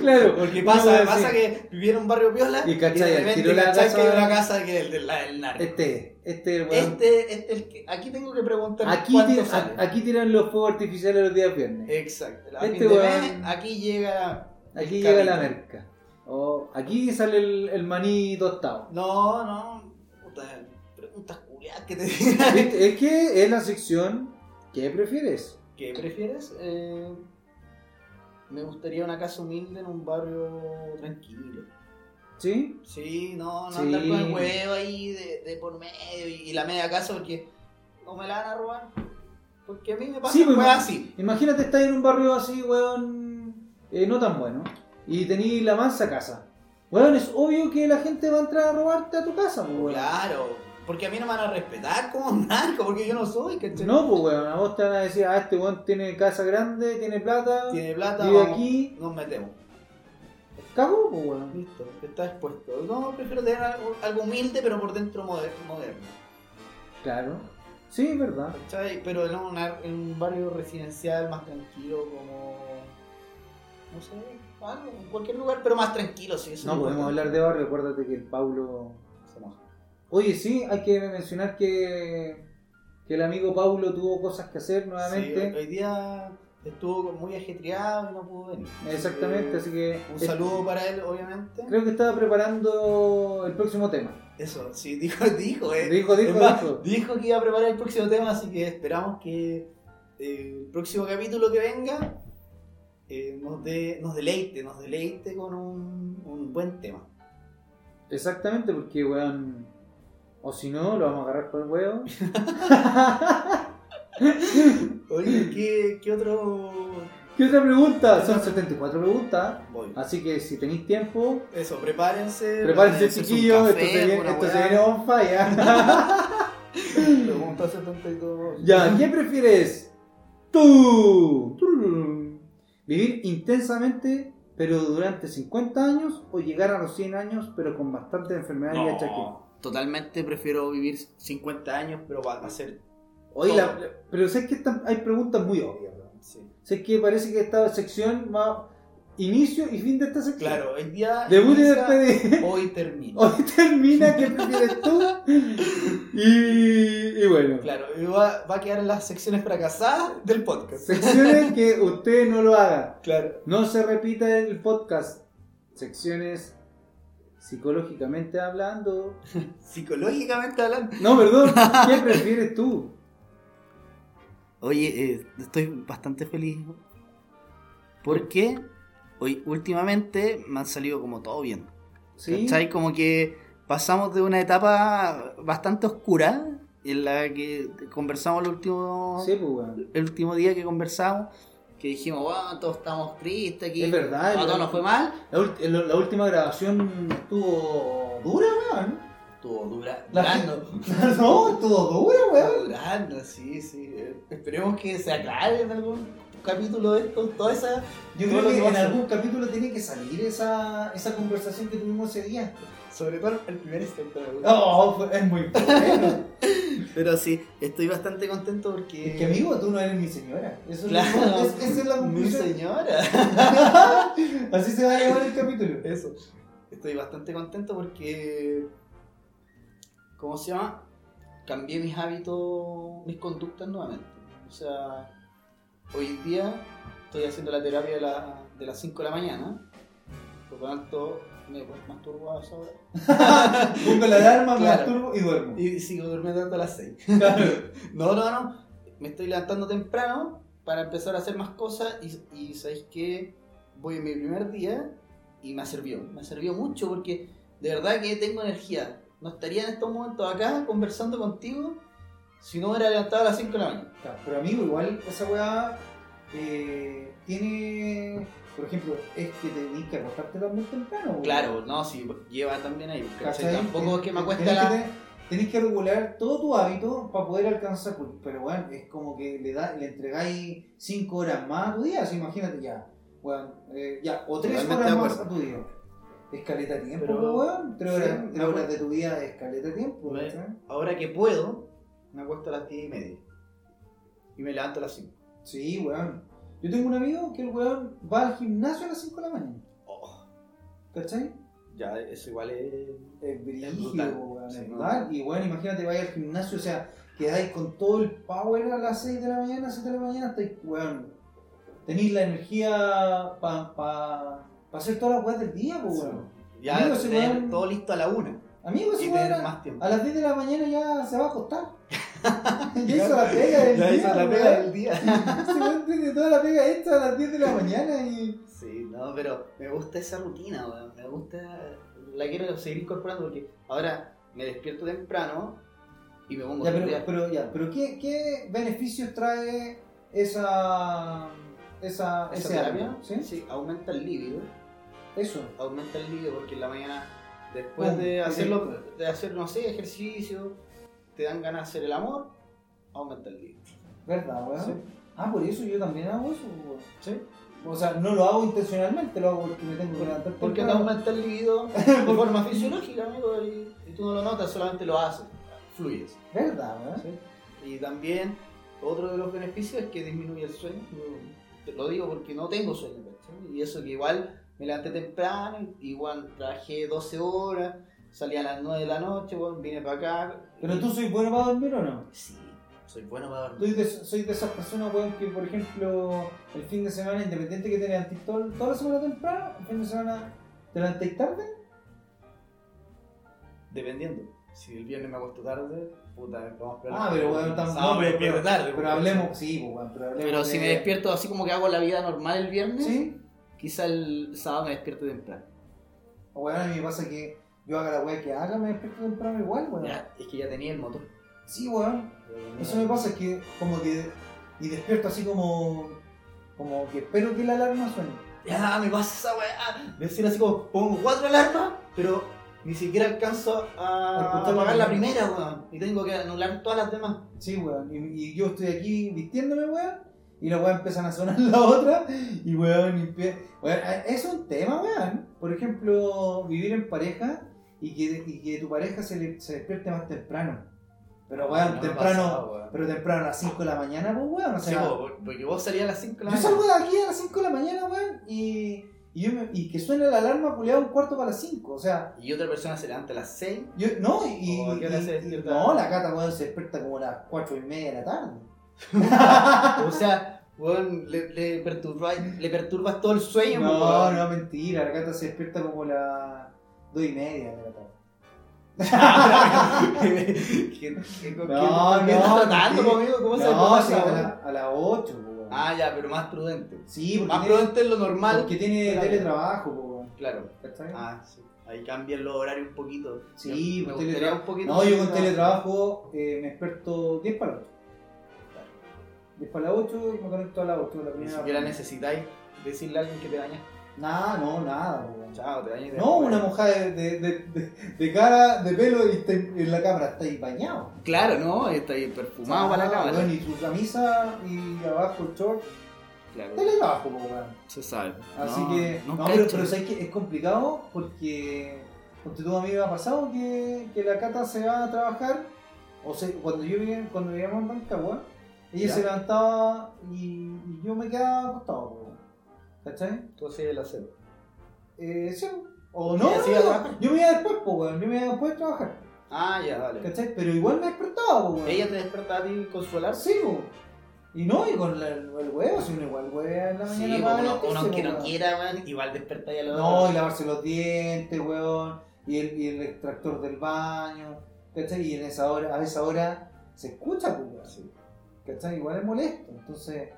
S2: Claro,
S1: Porque pasa,
S2: Sí.
S1: pasa que vivieron en un barrio piola
S2: Y cachai,
S1: de
S2: al
S1: repente
S2: tiro la
S1: cachai
S2: casa-
S1: que hay una casa que es del, la del narco.
S2: Este, este, weón.
S1: Este, este, el que- aquí tengo que preguntar
S2: aquí,
S1: cuánto
S2: tira-
S1: sale.
S2: aquí tiran los fuegos artificiales los días viernes.
S1: Exacto. A
S2: Este
S1: fin de
S2: weón-
S1: mes, aquí llega...
S2: Aquí
S1: El
S2: llega la
S1: carrito.
S2: merca. O aquí sale el, el maní tostado.
S1: No, no, puta, preguntas culiadas que te
S2: ¿Viste? es que es la sección que prefieres.
S1: ¿Qué prefieres? Eh, me gustaría una casa humilde en un barrio tranquilo.
S2: ¿Sí?
S1: Sí, no, no
S2: Sí.
S1: andar con el huevo ahí de, de por medio y, y la media casa porque no me la van a robar. Porque a mí me pasa
S2: Sí, pues,
S1: pues, así.
S2: Imagínate estar en un barrio así, weón, eh, no tan bueno. Y tení la mansa casa. Weón, es obvio que la gente va a entrar a robarte a tu casa, pues, weón.
S1: Claro, porque a mí no me van a respetar como un narco, porque yo no soy, ¿cachai?
S2: No, pues, weón, a vos te van a decir, ah, este weón tiene casa grande, tiene plata,
S1: Tiene plata,
S2: vive
S1: vamos,
S2: aquí.
S1: nos metemos.
S2: Cagó, pues, weón.
S1: Listo, está expuesto. No, prefiero tener algo, algo humilde, pero por dentro moder- moderno.
S2: Claro. Sí, es verdad.
S1: ¿Cachai? Pero en, una- en un barrio residencial más tranquilo, como. No sé, algo, en cualquier lugar, pero más tranquilo, sí. Eso
S2: No podemos hablar de barrio, acuérdate que el Paulo Oye, sí, hay que mencionar que, que el amigo Paulo tuvo cosas que hacer
S1: Sí,
S2: nuevamente.
S1: hoy día estuvo muy ajetreado y no pudo venir.
S2: Exactamente,
S1: Así
S2: así que.
S1: que, Un
S2: eh,
S1: saludo para él, obviamente.
S2: Creo que estaba preparando el próximo tema.
S1: Eso, sí, dijo, dijo, eh.
S2: Dijo,
S1: Es
S2: dijo,
S1: más,
S2: dijo.
S1: dijo que iba a preparar el próximo tema, así que esperamos que eh, el próximo capítulo que venga eh, nos, dé- nos deleite, nos deleite con un, un buen tema.
S2: Exactamente, porque weón. O si no, lo vamos a agarrar por el huevo.
S1: Oye, ¿qué, qué otro...?
S2: ¿Qué otra pregunta? Son 74 preguntas.
S1: Voy.
S2: Así que si tenéis tiempo,
S1: Eso, prepárense.
S2: Ah, prepárense
S1: hacerse Eh, un
S2: chiquillos,
S1: café,
S2: esto se viene,
S1: una
S2: esto se
S1: weá.
S2: viene on fire.
S1: Pregunta 72.
S2: Ya, ¿qué prefieres? Tú. Tururum. ¿Vivir intensamente pero durante 50 años o llegar a los 100 años pero con bastante enfermedad y achaque?
S1: No, totalmente prefiero vivir 50 años, pero va a ser...
S2: Oye, la- pero sé que están- hay preguntas muy obvias.
S1: Sí.
S2: Sé que parece que esta sección va inicio y fin de esta sección.
S1: Claro, hoy día...
S2: Debut y
S1: inicia,
S2: despedida. Oh.
S1: Hoy termina.
S2: Hoy termina, ¿qué prefieres tú? Y, y bueno,
S1: Claro, y va, va a quedar en las secciones fracasadas del podcast.
S2: secciones que usted no lo haga.
S1: Claro.
S2: No se repita el podcast. Secciones psicológicamente hablando.
S1: Psicológicamente hablando.
S2: No, perdón. ¿Qué prefieres tú?
S1: Oye, eh, estoy bastante feliz. Porque hoy, últimamente me han salido como todo bien.
S2: ¿Sí?
S1: ¿Cachai? Como que pasamos de una etapa bastante oscura en la que conversamos el último,
S3: Sí, pues, weón.
S1: el último día que conversamos, que dijimos, wow, todos estamos tristes aquí.
S3: Es verdad,
S1: No,
S3: es
S1: todo
S3: verdad.
S1: nos fue mal.
S3: La, ult- la- la última grabación estuvo dura, weón.
S1: Estuvo dura,
S2: La
S1: durando.
S2: No, estuvo dura, weón.
S1: Durando, sí, sí. Eh, Esperemos que se aclare en algún capítulo de esto, toda esa... Todo
S2: Yo creo
S1: lo
S2: que
S1: que
S2: en
S1: pasa.
S2: algún capítulo tiene que salir esa, esa conversación que tuvimos ese día.
S1: Sobre todo el primer instante. me gusta.
S2: Oh, fue- es muy bueno. Eh,
S1: Pero sí, estoy bastante contento porque...
S2: Es que amigo, tú no eres mi señora. Eso es lo
S1: Claro.
S2: que- es- esa es la
S1: Mi
S2: conclusión.
S1: señora.
S2: Así se va a llamar el capítulo.
S1: Eso. Estoy bastante contento porque. ¿Cómo se llama? Cambié mis hábitos, mis conductas nuevamente. O sea, hoy en día estoy haciendo la terapia de, la- de las 5 de la mañana. Por lo tanto, me pues, masturbo a esa hora.
S2: Pongo la alarma, me
S1: Claro.
S2: masturbo y duermo.
S1: Y sigo durmiendo hasta las 6.
S2: Claro.
S1: No, no, no. Me estoy levantando temprano para empezar a hacer más cosas y, y sabéis que voy en mi primer día y me sirvió. Me sirvió mucho porque de verdad que tengo energía. No estaría en estos momentos acá conversando contigo si no hubiera levantado a las 5 de la mañana.
S2: Claro, Pero amigo, igual esa weá eh, tiene, por ejemplo, es que tenés que acostarte también temprano. weón.
S1: Claro, no, si lleva también ahí. ¿cachai?
S2: ¿Cachai?
S1: Tampoco es que me
S2: Tenés
S1: acuesta
S2: que
S1: la...
S2: tener- Tenés que regular todo tu hábito para poder alcanzar, pues, pero bueno, es como que le da, le entregáis 5 horas más a tu día, así imagínate ya, weón, eh, ya, o 3
S1: Totalmente
S2: horas
S1: de
S2: más a
S1: acuerdo.
S2: tu día. Escaleta tiempo,
S1: Pero-
S2: pues, weón, 3
S1: sí,
S2: horas,
S1: me
S2: tres
S1: acuerdo.
S2: horas de tu vida es escaleta tiempo,
S1: Me-
S2: ¿cachai?
S1: Ahora que puedo, me acuesto a las 10 y media. Y me levanto a las 5.
S2: Sí, weón. Yo tengo un amigo que el weón va al gimnasio a las 5 de la mañana,
S1: Oh.
S2: ¿cachai?
S1: ya, eso igual es...
S2: Es brígido,
S1: brutal,
S2: weón,
S1: sí,
S2: es
S1: ¿no?
S2: brutal. Y bueno, imagínate, vaya al gimnasio, o sea, quedáis con todo el power a las 6 de la mañana, 7 de la mañana, estáis, weón. Tenéis la energía para pa, pa hacer todas las weas del día, po, weón.
S1: Ya
S2: Amigo, se
S1: tener
S2: van-
S1: todo listo a la una
S2: Amigo,
S1: y
S2: ese
S1: tener
S2: weón a,
S1: más tiempo.
S2: a las 10 de la mañana ya se va a acostar. ya
S1: Ya-
S2: hizo la pega del
S1: Ya
S2: día.
S1: hizo la
S2: weón.
S1: pega del día.
S2: Ese weón tiene toda la pega esta a las 10 de la mañana y.
S1: Sí, no, pero me gusta esa rutina, weón. Me gusta. La quiero seguir incorporando porque ahora me despierto temprano y me pongo
S2: Ya,
S1: a
S2: pero,
S1: estudiar.
S2: pero ya, pero ¿qué, qué beneficios trae esa. esa,
S1: Esa
S2: ese
S1: terapia
S2: hábito?
S1: ¿sí?
S2: ¿Sí?
S1: aumenta el líbido.
S2: Eso.
S1: Aumenta el líbido porque en la mañana, después
S2: Pum,
S1: de,
S2: ok.
S1: hacerlo, de hacer, no sé, ejercicio, te dan ganas de hacer el amor, aumenta el líbido.
S2: ¿Verdad, weón?
S1: Sí.
S2: Ah, por eso yo también hago eso, weón.
S1: ¿Sí?
S2: O sea, no lo hago intencionalmente, lo hago porque me tengo que levantar
S1: Porque te
S2: temprano.
S1: aumenta el líbido de forma fisiológica, amigo, y, y tú no lo notas, solamente lo haces, fluyes.
S2: ¿Verdad, weón?
S1: ¿sí? Y también, otro de los beneficios es que disminuye el sueño. Yo te lo digo porque no tengo sueño, ¿cachai? Y eso que igual me levanté temprano, igual trabajé 12 horas, salí a las 9 de la noche, bueno, vine para acá.
S2: Pero tú soy bueno para dormir o no?
S1: Sí, soy bueno para
S2: Soy
S1: dormir.
S2: de, soy de esas personas, weón, que por ejemplo, el fin de semana, independiente que te levantes todo- toda la semana temprano, el fin de semana te levantáis tarde.
S1: Dependiendo. Si el viernes me acuesto tarde, puta, vamos a esperar.
S2: Ah, pero weón, estamos.
S1: No, me despierto tarde.
S2: Pero hablemos, sí, pues, weón, pero hablemos.
S1: Pero si
S2: de-
S1: me despierto así como que hago la vida normal el viernes,
S2: ¿Sí?
S1: quizá el sábado me despierto temprano.
S2: O weón, a mí me pasa que yo haga la weá que haga, me despierto temprano igual, weón.
S1: Ya, es que ya tenía el motor.
S2: Sí, weón. Eso me pasa que como que y despierto así como como que espero que la alarma suene.
S1: Ya, me pasa esa weá. Decir así como, pongo cuatro alarmas, pero ni siquiera alcanzo a
S2: Escuchar la
S1: apagar la
S2: primera.
S1: primera, weón. Y tengo que anular todas las demás.
S2: Sí, weón. Y, y yo estoy aquí vistiéndome, weón. Y las weas empiezan a sonar la otra. Y weón, y empie- weón, a- es un tema, weón. Por ejemplo, vivir en pareja y que, y que tu pareja se, le- se despierte más temprano. Pero weón,
S1: Ah, No me
S2: temprano.
S1: pasa, weón.
S2: pero temprano a las 5 de la mañana, pues weón. O
S1: Sí,
S2: sea,
S1: po, porque vos salías a las 5 de la
S2: Yo salgo de aquí a las 5 de la mañana, weón, y, y, yo me- y que suene la alarma culiada un cuarto para las 5. O sea,
S1: Y otra persona se levanta a las 6.
S2: yo, no, y.
S1: Oh, ¿a qué hora
S2: y-
S1: se
S2: y-
S1: despierta?
S2: no, la cata, weón, se despierta como a las 4 y media de la tarde.
S1: o sea, weón, le, le, perturba- le perturbas todo el sueño, po,
S2: No,
S1: weón.
S2: no, mentira, la cata se despierta como a las 2 y media de la tarde.
S1: ¿Qué, qué, con
S2: No,
S1: quién- con quién
S2: no,
S1: estás tratando,
S2: sí.
S1: po, amigo? ¿Cómo se
S2: No,
S1: pasa,
S2: sí, a
S1: weón?
S2: la- a las 8, weón.
S1: Ah, ya, pero más prudente.
S2: sí, porque
S1: Más
S2: tiene,
S1: prudente es lo normal.
S2: porque tiene
S1: Claro.
S2: teletrabajo, po, weón.
S1: Claro.
S2: ¿Cachai?
S1: Ah, sí. Ahí cambian los horarios un poquito.
S2: Sí,
S1: me
S2: con
S1: gustaría
S2: teletra-
S1: un poquito.
S2: No, yo con
S1: más-
S2: teletrabajo eh, me experto 10 para las 8. 10 para las 8 y me conecto a las 8 la
S1: Ni
S2: primera.
S1: siquiera necesitáis decirle a alguien que te daña.
S2: Nada, no, nada. po, weón.
S1: Chao, te dañas. y te
S2: No,
S1: das
S2: una
S1: cuenta.
S2: mojada de, de, de- de cara, de pelo y te- en la cámara estáis bañado.
S1: Claro, no, está ahí perfumado para la
S2: Ah,
S1: cámara.
S2: weón, y tu camisa y abajo el short,
S1: Claro,
S2: teletrabajo, po, weón.
S1: se sabe.
S2: Así
S1: No,
S2: que,
S1: no,
S2: no, pero,
S1: cacho.
S2: pero sabes que es complicado porque, porque tu amigo ha pasado que, que la cata se va a trabajar, o sea, cuando yo vivía, cuando vivíamos en Rancagua, ella
S1: Ya.
S2: se levantaba y, y yo me quedaba acostado, po, weón. ¿cachai?
S1: Tú hacías el aseo.
S2: Eh, sí, o no,
S1: Y así
S2: no,
S1: a
S2: no,
S1: trabajar.
S2: yo me iba después, po, weón, yo me iba después de trabajar,
S1: Ah, ya, vale.
S2: ¿cachai? Pero igual me despertaba, po, weón.
S1: ¿Ella te despertaba a ti con su alarma?
S2: Sí, po. Y no, y con la- el huevo, si uno igual huevea en la
S1: Sí,
S2: mañana para
S1: uno, uno
S2: vestirse,
S1: aunque
S2: po,
S1: no
S2: weón.
S1: quiera, weón, igual despertáis a la
S2: No,
S1: hora.
S2: y lavarse los dientes, weón. Y el, y el extractor del baño. ¿Cachai? Y en esa hora, a esa hora se escucha, pues, weón.
S1: Sí.
S2: ¿Cachai? Igual es molesto. Entonces,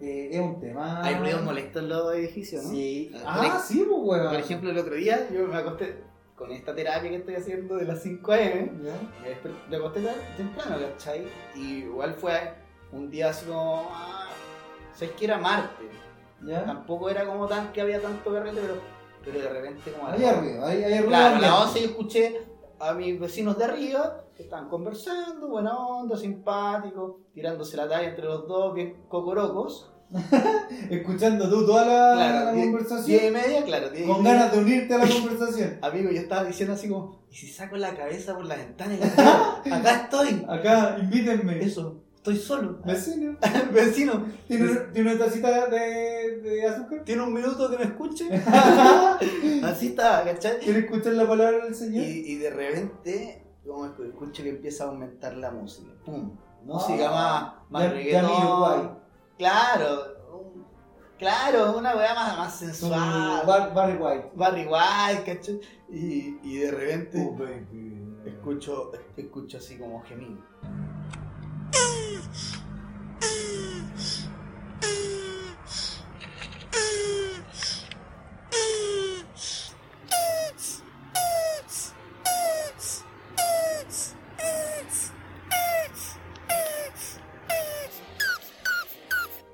S2: eh, es un tema.
S1: Hay ruidos molestos en los edificios, ¿no?
S2: Sí.
S1: Ah,
S2: Ah, sí, pues, weón.
S1: Por ejemplo, el otro día yo me acosté con esta terapia que estoy haciendo de las 5 a.m.
S2: ¿Ya?
S1: Me, desper- me acosté tan- temprano, ¿cachai? Y igual fue un día así como. ah, ¿Sabes que era martes?
S2: ¿Ya?
S1: Tampoco era como tan que había tanto carrete, pero, pero de repente como. a la-
S2: Ahí arriba, ahí, ahí arriba.
S1: Claro, a
S2: también.
S1: las 11 yo escuché a mis vecinos de arriba que estaban conversando, buena onda, simpáticos, tirándose la talla entre los dos, bien cocorocos.
S2: Escuchando tú toda la,
S1: Claro,
S2: la
S1: diez-
S2: conversación.
S1: 10 y media, claro, 10 y
S2: con
S1: media.
S2: ganas de unirte a la conversación.
S1: Amigo, yo estaba diciendo así como, ¿y si saco la cabeza por la ventana y la tiro? Acá estoy.
S2: Acá, invítenme.
S1: Eso, estoy solo.
S2: Vecino.
S1: Vecino,
S2: ¿Tiene, una- tiene una tacita de, de azúcar?
S1: ¿tiene un minuto que me escuche? Así estaba, ¿cachai?
S2: ¿Quiere escuchar la palabra del Señor?
S1: Y, y de repente, como escu- escucho que empieza a aumentar la música. ¡Pum! Música más, más
S2: Ah, Ya- ya
S1: reggaetón.
S2: mi Uruguay.
S1: Claro, un- claro, una weá más, más
S2: Su
S1: sensual.
S2: Bar, Barry White.
S1: Barry White, ¿cachai? Y, y de repente
S2: Este. Escucha.
S1: escucho, escucho así como gemido.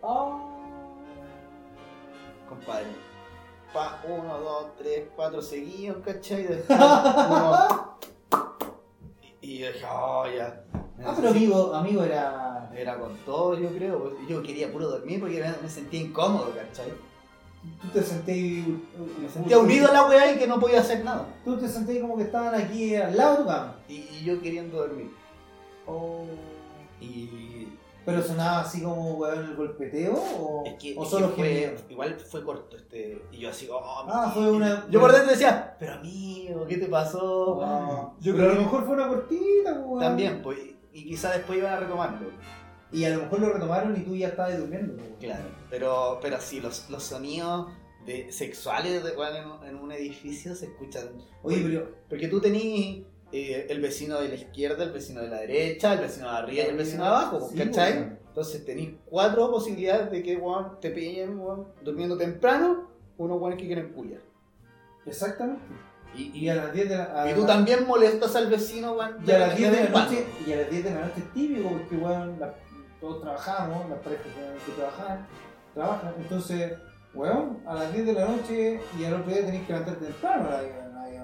S2: Ah.
S1: compadre. Pa, uno, dos, tres, cuatro seguidos, ¿cachai? Después, uno. Y, y yo dije, oh, ya.
S2: Ah, pero amigo, amigo era.
S1: Era con todo, yo creo. pues, Yo quería puro dormir porque me, me sentía incómodo, ¿cachai?
S2: Tú te sentí.
S1: Me sentía unido a la weá y que no podía hacer nada.
S2: Tú te sentí como que estaban aquí al lado de tu cama.
S1: Y, y yo queriendo dormir.
S2: Oh.
S1: Y.
S2: Pero sonaba así como weón el golpeteo o,
S1: es que-
S2: o
S1: es que
S2: solo
S1: fue,
S2: gemido.
S1: Igual fue corto este. Y yo así, oh,
S2: Ah,
S1: mi-
S2: fue una-
S1: Yo por dentro decía, pero amigo, ¿qué te pasó?
S2: Ah.
S1: Yo creo
S2: Pero a lo
S1: que-
S2: mejor fue una cortita, weón.
S1: Oh, También, pues. y- Y quizá después iban a retomarlo.
S2: Y a lo mejor lo retomaron y tú ya estabas durmiendo, pues, weón.
S1: Claro, pero, pero sí, los, los sonidos de, sexuales de- bueno, en, en un edificio se escuchan.
S2: Oye, pero.
S1: Porque tú tenés eh, el vecino de la izquierda, el vecino de la derecha, el vecino de arriba y el vecino de abajo, pues,
S2: Sí,
S1: ¿cachai?
S2: weón.
S1: Entonces tenés cuatro posibilidades de que weón, te pillen weón, durmiendo temprano, unos weones que quieren culiar.
S2: Exactamente.
S1: Y,
S2: Y a las 10 de la
S1: y tú también molestas al vecino, weón.
S2: Y a las 10 de la
S1: temprano.
S2: noche, y a las 10 de la noche es típico, porque weón, la- todos trabajamos, las parejas que- que trabajan, trabajan, entonces, weón, a las 10 de la noche y al otro día tenés que levantarte temprano, a, a,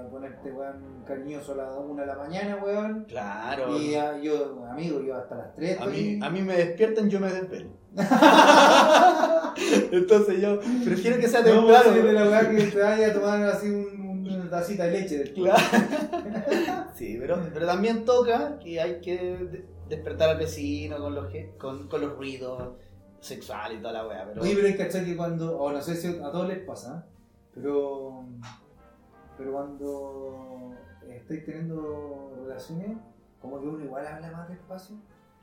S2: ponerte weón cariñoso a las 1 de la mañana, weón.
S1: Claro.
S2: Y a- yo, amigo, yo hasta las 3.
S1: A mí, a mí me despiertan, yo me desvelo. Entonces yo prefiero que sea
S2: no,
S1: temprano.
S2: sí, de la weá que te vaya a tomar así un- una tacita de leche después.
S1: Claro. Sí, pero, pero también toca que hay que de- despertar al vecino con los, ge- con, con los ruidos sexuales y toda la weá. Pero
S2: Oye, pero es cachai que cuando, o no sé si a todos les pasa, ¿eh? pero, pero cuando estáis teniendo relaciones, como que uno igual habla más despacio,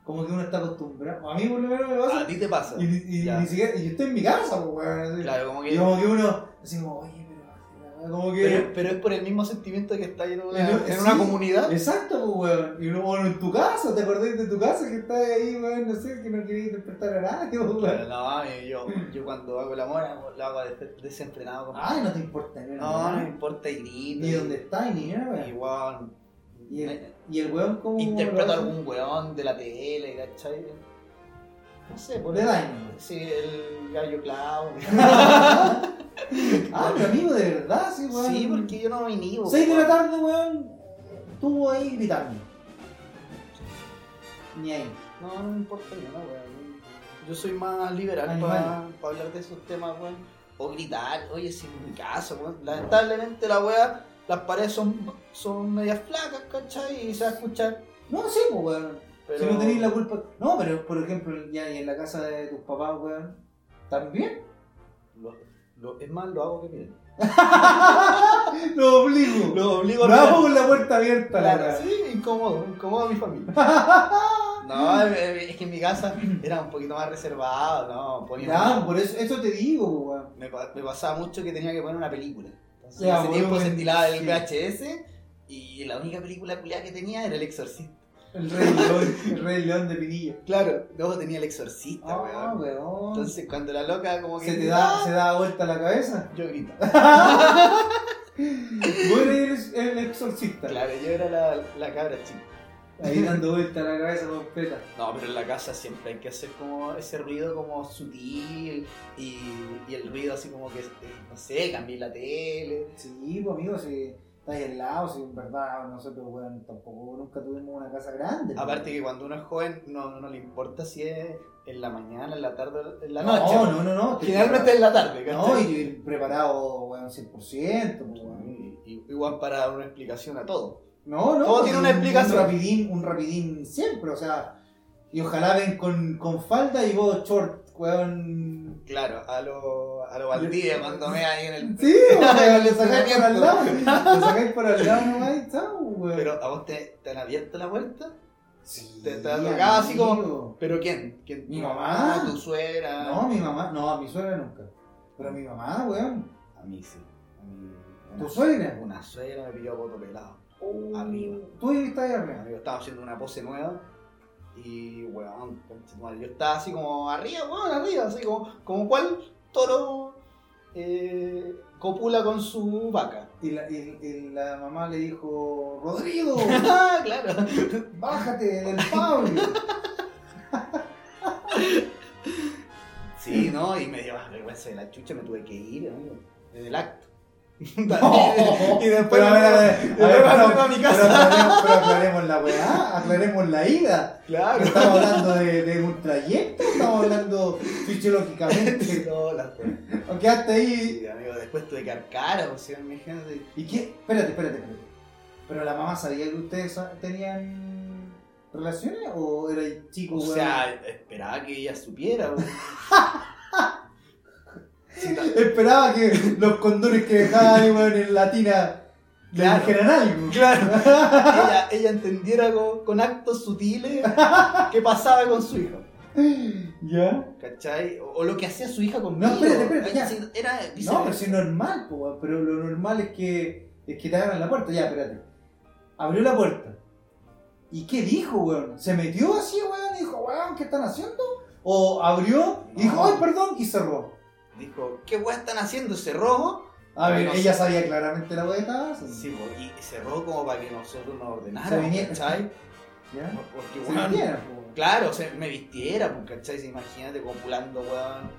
S2: como que uno está acostumbrado, a mí por lo menos me
S1: a
S2: pasa,
S1: ti te pasa.
S2: y, ni- y
S1: Ah, Ya.
S2: ni siquiera, y yo estoy en mi casa, pues, weón, así.
S1: Claro, como que
S2: y como que uno, así como, oye, pero Como que.
S1: Pero, pero es por el mismo sentimiento que está en una,
S2: En un-
S1: en una
S2: sí.
S1: comunidad.
S2: Exacto, pues, weón. Y luego bueno, en tu casa, ¿te acordáis de tu casa que estás ahí, weón? No sé, que no querías despertar a nadie, pues,
S1: Pero
S2: weón.
S1: no, mami, yo, yo cuando hago el amor hago- lo hago des- desenfrenado. como-
S2: Ay, Ah, no te importa, ni
S1: no, no me
S2: nada.
S1: importa y grito.
S2: Ni dónde estás, ni nada,
S1: y
S2: weón.
S1: weón,
S2: Y
S1: eh,
S2: el, y el weón, como.
S1: Interpreto a
S2: lo hace?
S1: algún weón de la tele, ¿cachai? No sé, por
S2: De daño.
S1: Sí, el gallo clavo.
S2: Ah, pero amigo, de verdad, sí, weón.
S1: sí, porque yo no me inhibo.
S2: 6 de la
S1: weón.
S2: tarde, weón, estuvo ahí gritando. Ni ahí.
S1: No, no me importa yo, no, weón. Yo soy más liberal
S2: Animal.
S1: para hablar de esos temas, weón. O gritar, oye, sin caso, weón. Lamentablemente la weá, las paredes son, son medias flacas, ¿cachai? Y se va a escuchar.
S2: No, sí, pues, weón.
S1: Pero...
S2: Si no tenéis la culpa. No, pero por ejemplo, ya y en la casa de tus papás, weón. También.
S1: Lo- lo- es más, lo hago que miren.
S2: Lo obligo. Lo
S1: Lo obligo a
S2: hago con la puerta abierta, la
S1: Claro,
S2: verdad.
S1: sí, incómodo, incómodo a mi familia. No, eh, es que en mi casa era un poquito más reservado, ¿no? Ponía
S2: Ya, por eso, eso te digo, pues, weón.
S1: me, pa- me pasaba mucho que tenía que poner una película. Entonces,
S2: Ya,
S1: hace
S2: muy
S1: tiempo
S2: bueno,
S1: se estilaba el
S2: sí.
S1: VHS y la única película culiada que tenía era El Exorcista.
S2: El rey león, el rey león de Pinilla.
S1: Claro, luego tenía El Exorcista,
S2: Ah,
S1: weón.
S2: weón.
S1: Entonces, cuando la loca como que. "Ah",
S2: se te
S1: gritaba,
S2: da, se da vuelta la cabeza.
S1: Yo grito.
S2: Bueno, y eres el exorcista.
S1: Claro, yo era la, la cabra chica.
S2: Ahí dando vuelta la cabeza completa.
S1: No, pero en la casa siempre hay que hacer como ese ruido como sutil y, y el ruido así como que, eh, no sé, cambié la tele.
S2: Sí, pues amigo, si estás al lado, si en verdad nosotros, weón, tampoco nunca tuvimos una casa grande. pues.
S1: Aparte que cuando uno es joven no, no le importa si es en la mañana, en la tarde, o en la
S2: no,
S1: noche. pues.
S2: no, no, no. te-
S1: Generalmente es en la tarde,
S2: No,
S1: ¿cachai?
S2: y preparado, weón, 100%, pues, weón.
S1: Y- y- Igual para dar una explicación a todo.
S2: No, no.
S1: Todo tiene una
S2: un-
S1: explicación.
S2: Un rapidín, un rapidín siempre, o sea. Y ojalá ven con, con falda y vos short, weón.
S1: Claro, a lo, a lo Valdivia cuando me ahí en el...
S2: Sí, weón, le sacáis por al
S1: Entrenamiento.
S2: lado. Le sacáis por al lado nomás y chao, weón.
S1: Pero a vos te, te han abierto la puerta.
S2: sí,
S1: te- te ha tocado así como-
S2: amigo.
S1: ¿Pero quién? ¿Quién?
S2: Mi
S1: ¿Tu
S2: mamá.
S1: ¿Tu suegra?
S2: No, mi mamá, no, a mi suegra nunca. Pero a mi mamá, weón.
S1: A mí sí. A mí-
S2: ¿Tu suegra?
S1: Una suegra me pilló a poto pelado.
S2: Arriba. Tú viviste ahí arriba.
S1: Yo estaba haciendo una pose nueva y, weón, concha tu madre, yo estaba así como arriba, weón, arriba, así como, como cual toro eh, copula con su vaca.
S2: Y la, y- y la mamá le dijo, Rodrigo,
S1: Ah, claro.
S2: bájate del Pablo.
S1: Sí, ¿no? Y me dio más vergüenza de la chucha, me tuve que ir, amigo, desde el acto. y después
S2: Pero a
S1: me-
S2: ver, a ver,
S1: y
S2: a
S1: después
S2: ver,
S1: me
S2: pero-
S1: fui a mi
S2: pero
S1: casa.
S2: aclaremos- pero aclaremos la weá, aclaremos la ida.
S1: Claro.
S2: Estamos hablando de, de un trayecto, estamos hablando fisiológicamente.
S1: No, la
S2: Aunque hasta ahí.
S1: Y, amigo, después tuve que arcar, o sea, imagínate.
S2: ¿Y qué? Espérate, espérate, espérate. ¿Pero la mamá sabía que ustedes sa- tenían relaciones o era el chico
S1: O
S2: weón?
S1: sea, esperaba que ella supiera. weón. Sí, ta-
S2: Esperaba que los condones que dejaba ahí, weón, en la tina le
S1: Claro.
S2: dijeran algo.
S1: claro, ella, ella entendiera con, con actos sutiles qué pasaba con su hijo.
S2: ¿Ya?
S1: ¿Cachai? O, o lo que hacía su hija conmigo.
S2: espérate, espérate, ya.
S1: Sí, Era
S2: No, pero
S1: viceversa.
S2: si es normal, po, weón, pero lo normal es que, es que te abran la puerta. Ya, espérate. Abrió la puerta. ¿Y qué dijo, weón? ¿Se metió así, weón? Y dijo, weón, ¿qué están haciendo? ¿O abrió y dijo,
S1: No.
S2: ay, perdón, y cerró?
S1: Dijo, ¿qué weá están haciendo? ¿Cerró?
S2: A ver,
S1: No sé.
S2: ella sabía claramente la weá que estaba haciendo.
S1: Sí, po, y cerró como para que nosotros nos
S2: Se
S1: ordenáramos,
S2: viniera.
S1: ¿cachai?
S2: ¿Ya?
S1: Porque,
S2: Se
S1: weón,
S2: metieron, po, weón,
S1: claro, o sea, me vistiera, pues, ¿cachai? Imagínate copulando, weón,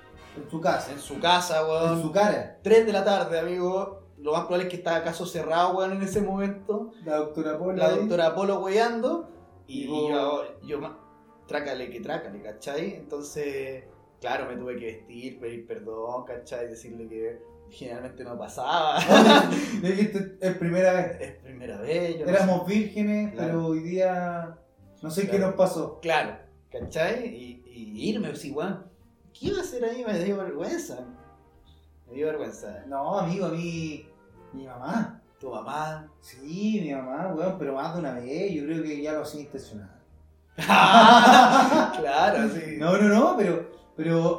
S2: en su casa,
S1: en su casa, weón.
S2: en su cara.
S1: 3 de la tarde, amigo. Lo más probable es que estaba acaso cerrado, weón, en ese momento.
S2: La doctora Paula.
S1: La
S2: ahí.
S1: doctora Polo weyando. Y,
S2: Y vos-
S1: yo, yo, ma- trácale que trácale, ¿cachai? Entonces, claro, me tuve que vestir, pedir perdón, ¿cachai? Decirle que generalmente no pasaba.
S2: Le dijiste, es primera vez.
S1: es primera vez, yo no
S2: Éramos vírgenes,
S1: Claro.
S2: pero hoy día no sé qué
S1: Claro.
S2: nos pasó.
S1: sé. Claro, ¿cachai? Y, y irme, sí, weón. ¿Qué iba a hacer ahí? Me dio vergüenza. Me dio vergüenza.
S2: No, amigo, a mí, mi mamá.
S1: Tu mamá.
S2: Sí, mi mamá, weón, pero más de una vez. Yo creo que ya lo hacía intencionado.
S1: claro, sí.
S2: No, no, no, pero, pero,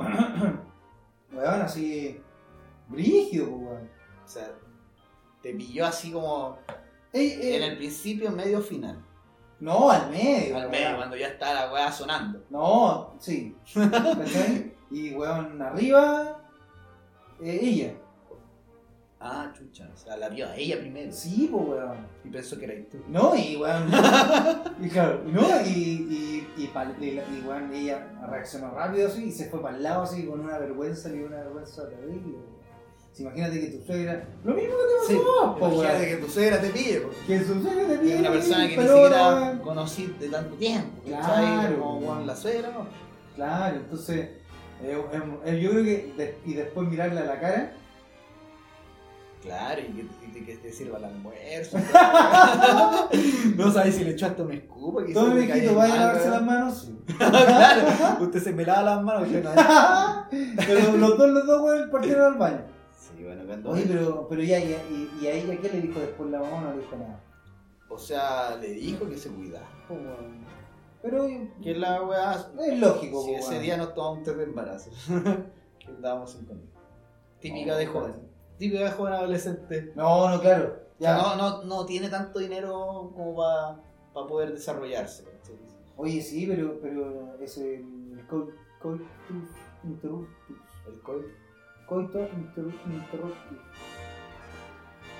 S2: weón, así, brígido, pues, weón.
S1: O sea, Te pilló así como
S2: Ey, ey,
S1: en el principio, medio, final.
S2: No, al medio.
S1: Al
S2: weón.
S1: medio, cuando ya está la weá sonando.
S2: No, sí. ¿Cachai? Y weón, arriba. eh, ella.
S1: Ah, chucha. O sea, la vio a ella primero.
S2: Sí, pues weón.
S1: Y pensó que eras tú.
S2: No, y weón. y claro, no, y, y, y, pal- y la- y, weón, ella reaccionó rápido así y se fue para el lado así con una vergüenza y una vergüenza terrible. weón. Si imagínate que tu suegra. Lo mismo que te
S1: Sí, pues,
S2: pasó, po,
S1: Imagínate
S2: pues, weón.
S1: que tu suegra te pille, po.
S2: Que su suegra te
S1: Y
S2: pide.
S1: es una persona que ni
S2: pero,
S1: siquiera
S2: weón,
S1: conocí de tanto tiempo.
S2: Claro.
S1: ¿Cachai? Como Juan la suegra, ¿no?
S2: Claro, entonces. eh, eh, yo creo que. de- y después mirarle a la cara.
S1: Claro, y que, y que te sirva el almuerzo. no sabes si le echaste un escupo. quizás
S2: Todo
S1: le
S2: mi viejito,
S1: cayó
S2: vaya a
S1: mal,
S2: lavarse las
S1: weón.
S2: manos. sí.
S1: claro, usted se me lava las manos. yo no.
S2: pero los dos, los dos, weón, partieron al baño.
S1: Sí, bueno, cuando...
S2: Oye, pero, pero ya, ya, y, y a ella, ¿qué le dijo después la mamá? No le dijo nada.
S1: O sea, le dijo que se cuidara.
S2: Como, Pero eh,
S1: Que la weá...
S2: es lógico, pues,
S1: Si
S2: po,
S1: ese
S2: weón.
S1: día nos tomamos un test de embarazo. que andábamos sin condón.
S2: Oh,
S1: Típica de joven. Típica de joven adolescente.
S2: No, no, claro.
S1: O sea,
S2: Ya.
S1: no, no, no tiene tanto dinero como para poder desarrollarse. ¿cachai?
S2: Oye, sí, pero, pero ese el co- coitus interruptus.
S1: El COVID.
S2: Coito interru- interruptus.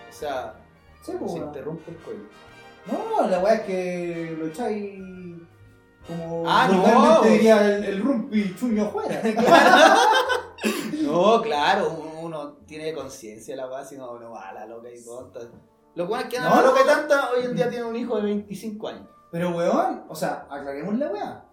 S1: O sea,
S2: Sí, po,
S1: se
S2: weón.
S1: interrumpe el COVID.
S2: No, no, la weá es que lo echáis como
S1: Ah, no,
S2: vulgarmente
S1: vos.
S2: diría el, el rumpi chuño afuera.
S1: No, claro, uno, uno tiene conciencia de la paz y no, no va a la loca y tonta. Lo cual es que
S2: No,
S1: no, la
S2: no,
S1: loca y
S2: no.
S1: tanta hoy en día tiene un hijo de 25 años.
S2: Pero weón, o sea, aclaremos la weá.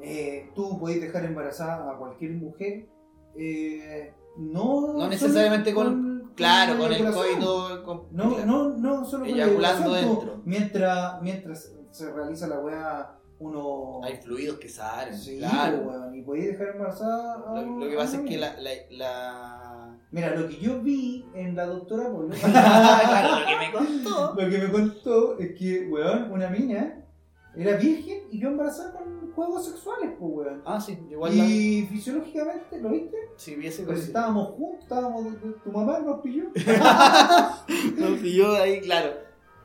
S2: Eh, tú podés dejar embarazada a cualquier mujer. eh, no,
S1: No necesariamente
S2: solo
S1: Claro, con el
S2: eyaculación.
S1: coito. Con...
S2: No, no, no, solo con
S1: Eyaculando
S2: eyaculación, tú,
S1: dentro.
S2: Mientras, mientras se realiza la weá, uno.
S1: Hay fluidos que salen,
S2: Sí,
S1: claro.
S2: weón, y podéis dejar embarazada a
S1: Lo, lo que
S2: a
S1: pasa es
S2: una
S1: que
S2: mina.
S1: la. la, la-
S2: Mira, lo que yo vi en la doctora Polo.
S1: claro, lo que me contó.
S2: Lo que me contó es que, weón, una mina era virgen y yo embarazada con juegos sexuales, pues, weón.
S1: Ah, sí, igual la-
S2: y fisiológicamente, ¿lo viste?
S1: si hubiese
S2: Pues
S1: coincidido.
S2: estábamos juntos, estábamos, tu mamá nos pilló.
S1: Nos pilló ahí, claro,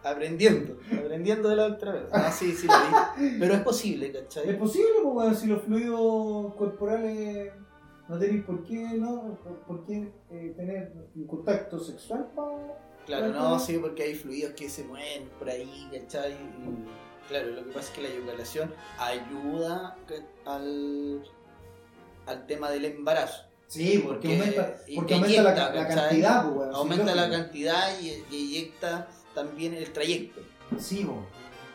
S1: aprendiendo, aprendiendo de la otra vez. Ah, sí, sí, lo vi. Pero es posible,
S2: es
S1: ¿cachai?
S2: posible, pues, weón, si los fluidos corporales no tenéis por qué, ¿no? Por, por qué eh, tener un contacto sexual, pa.
S1: Claro, no, sí, porque hay fluidos que se mueven por ahí, ¿cachai? Y, claro, lo que pasa es que la eyaculación ayuda ca- al, al tema del embarazo.
S2: Sí,
S1: porque
S2: aumenta,
S1: y-
S2: porque
S1: y
S2: aumenta la,
S1: inyecta,
S2: la
S1: ¿cachai?
S2: cantidad, pues, weón. sí,
S1: Aumenta la
S2: lógico.
S1: cantidad y, y eyecta también el trayecto.
S2: Sí, pues, weón.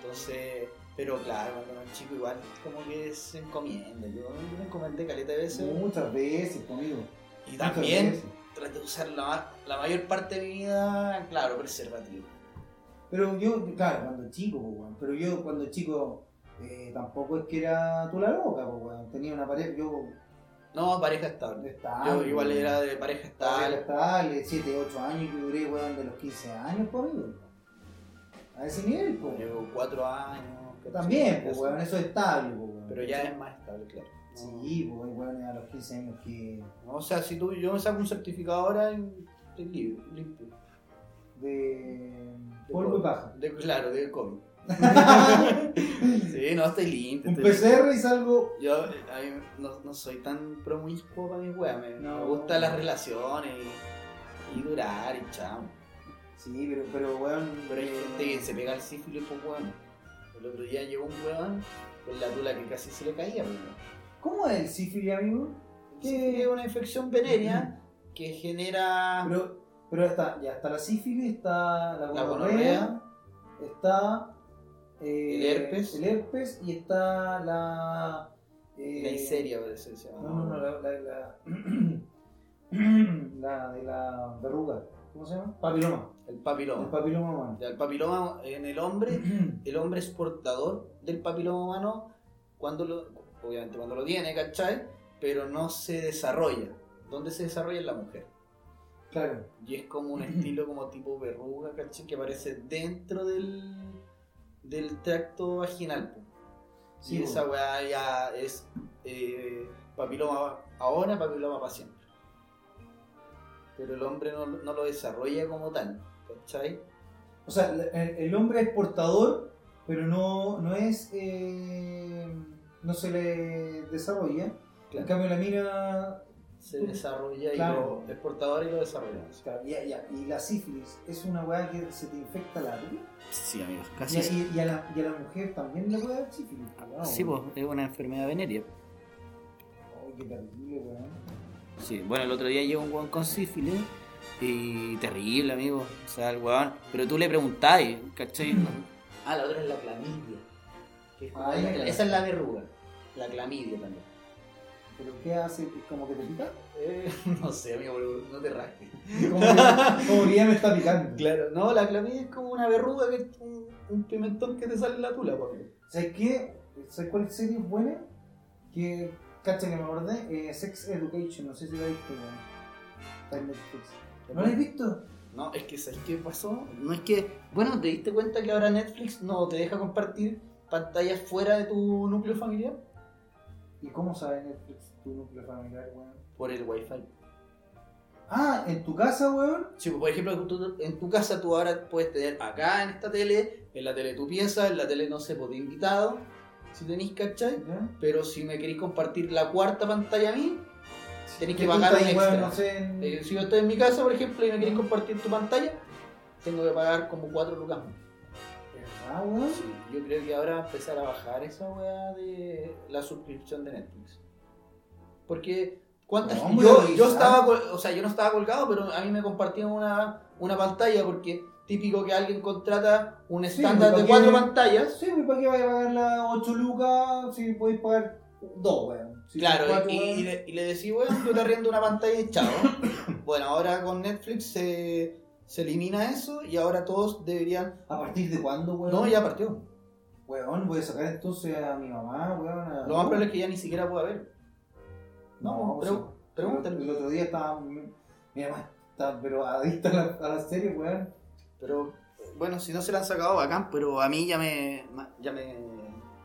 S1: Entonces, pero claro, cuando era chico igual como que se encomienda. Yo, yo me encomendé caleta de veces.
S2: Muchas veces, pues, conmigo. Mm.
S1: Y también traté de usar la, ma- la mayor parte de mi vida, claro, preservativo.
S2: Pero yo, claro, cuando chico, po, weón, pero yo cuando chico eh, tampoco es que era tú la loca, po, weón. tenía una pareja, yo
S1: No, pareja estable.
S2: estaba...
S1: Yo igual era de pareja estable.
S2: estable, 7, 8 años, yo duré, weón, de los 15 años, por A ese nivel, po.
S1: Llevo cuatro años. que
S2: También,
S1: pues
S2: po, weón, eso es estable, po, weón.
S1: Pero ya es más estable, claro. No.
S2: Sí, po, weón, a los 15 años que...
S1: No, o sea, si tú, yo me saco un certificado ahora, y estoy libre, limpio.
S2: De...
S1: De
S2: Polvo y
S1: COVID.
S2: paja.
S1: De- claro, de COVID. sí, no, estoy limpio.
S2: Un
S1: estoy
S2: PCR y salgo...
S1: Yo a mí no, no soy tan promiscuo para mis weas, me, me
S2: No.
S1: gustan las relaciones y, y durar y chao.
S2: Sí, pero, pero weón...
S1: Pero hay gente que se pega al sífilis por weón. El otro día llegó un weón con la tula que casi se le caía, pues, weón.
S2: ¿Cómo es el sífilis, amigo?
S1: Sí, Es una infección venérea que genera.
S2: Pero, pero está, ya está la sífilis, está la
S1: La
S2: gonorrea, está eh,
S1: El herpes.
S2: el herpes y está la eh,
S1: la histeria, parece que se llama.
S2: No, no, no, la, la, la, la de la verruga. ¿Cómo se llama? Papiloma.
S1: El
S2: El
S1: papiloma.
S2: papiloma humano.
S1: Ya, El papiloma en el hombre el hombre es portador del papiloma humano cuando lo, obviamente cuando lo tiene, ¿cachai? Pero no se desarrolla. ¿Dónde se desarrolla en la mujer?
S2: Claro.
S1: Y es como un estilo como tipo verruga, ¿cachai? Que aparece dentro del, del tracto vaginal. po. y
S2: Sí, pues. po.
S1: esa weá ya es eh, papiloma ahora, papiloma para siempre. Pero el hombre no, no lo desarrolla como tal, ¿Cachai?
S2: O sea, el, el hombre es portador, pero no, no es. eh, no se le desarrolla. En
S1: Claro.
S2: cambio, la mina.
S1: Se desarrolla
S2: Claro.
S1: y lo exportador y lo desarrolla.
S2: ya, ya, Y la sífilis es una weá que se te infecta la piel.
S4: Ah, Sí, amigos,
S2: Y,
S4: casi.
S2: a- y- y a la, y a la mujer también le puede dar sífilis. weón.
S4: Sí, pues, es una enfermedad venérea.
S2: Oh, qué terrible, weón.
S4: Sí, bueno, el otro día llegó un weón con sífilis y terrible, amigo. O sea, el weón. Pero tú le preguntáis, ¿cachai?
S1: Ah, la otra es la clamidia. que es como
S2: Ah,
S1: la-
S2: ya, claro.
S1: Esa es la verruga. La clamidia también.
S2: ¿Pero qué hace? ¿Es como que te pica?
S1: Eh, no sé, amigo, pero no te rasques.
S2: Como que, como que ya me está picando.
S1: Claro, no, la clamidia es como una verruga que es un, un pimentón que te sale en la tula, pues, por ejemplo.
S2: ¿Sabes qué? ¿Sabes cuál serie es buena? Que, cacha que me acordé, eh, Sex Education, no sé si la viste, weón. Está en Netflix. ¿No la has visto?
S1: No, es que ¿sabes qué pasó? No es que, bueno, ¿te diste cuenta que ahora Netflix no te deja compartir pantallas fuera de tu núcleo familiar?
S2: ¿Y cómo sabe Netflix tu núcleo familiar, weón?
S1: Por el wifi.
S2: Ah, en tu casa, weón.
S1: Sí, pues, por ejemplo, tú- en tu casa tú ahora puedes tener acá en esta tele, en la tele de tu pieza, en la tele, no sé, pues, de invitado, si tenéis, ¿cachai?
S2: ¿Ya?
S1: Pero si me queréis compartir la cuarta pantalla a mí, tenéis que
S2: tú
S1: pagar un
S2: estás,
S1: extra.
S2: weón, no sé, en-
S1: Eh, si yo estoy en mi casa, por ejemplo, y me queréis compartir tu pantalla, tengo que pagar como 4 lucas más.
S2: ¿Verdad, weón?
S1: Sí, yo creo que ahora va a empezar a bajar esa weá de la suscripción de Netflix. Porque cuántas
S2: No, hombre,
S1: yo,
S2: revisar.
S1: yo estaba col- o sea, yo no estaba colgado, pero a mí me compartían una, una pantalla porque típico que alguien contrata un
S2: Sí,
S1: estándar
S2: porque-
S1: de cuatro pantallas.
S2: Sí, pues, ¿para qué vaya a pagar las 8 lucas si podéis pagar 2, weón? Si
S1: Claro,
S2: cuatro,
S1: y,
S2: weón.
S1: y le, y le decís, weón, yo te arriendo una pantalla y chao. bueno, ahora con Netflix se, se elimina eso y ahora todos deberían...
S2: ¿A partir de cuándo, weón?
S1: No, ya partió.
S2: Weón, voy a sacar entonces a mi mamá, weón. a-
S1: Lo más probable es que ya ni siquiera pueda ver. No,
S2: pues, sí.
S1: pero pregúntale.
S2: El otro día estaba. Mi mamá está pero adicta a la, a la serie, weón.
S1: Pero bueno, si no se la han sacado, bacán, pero a mí ya me, ma- ya me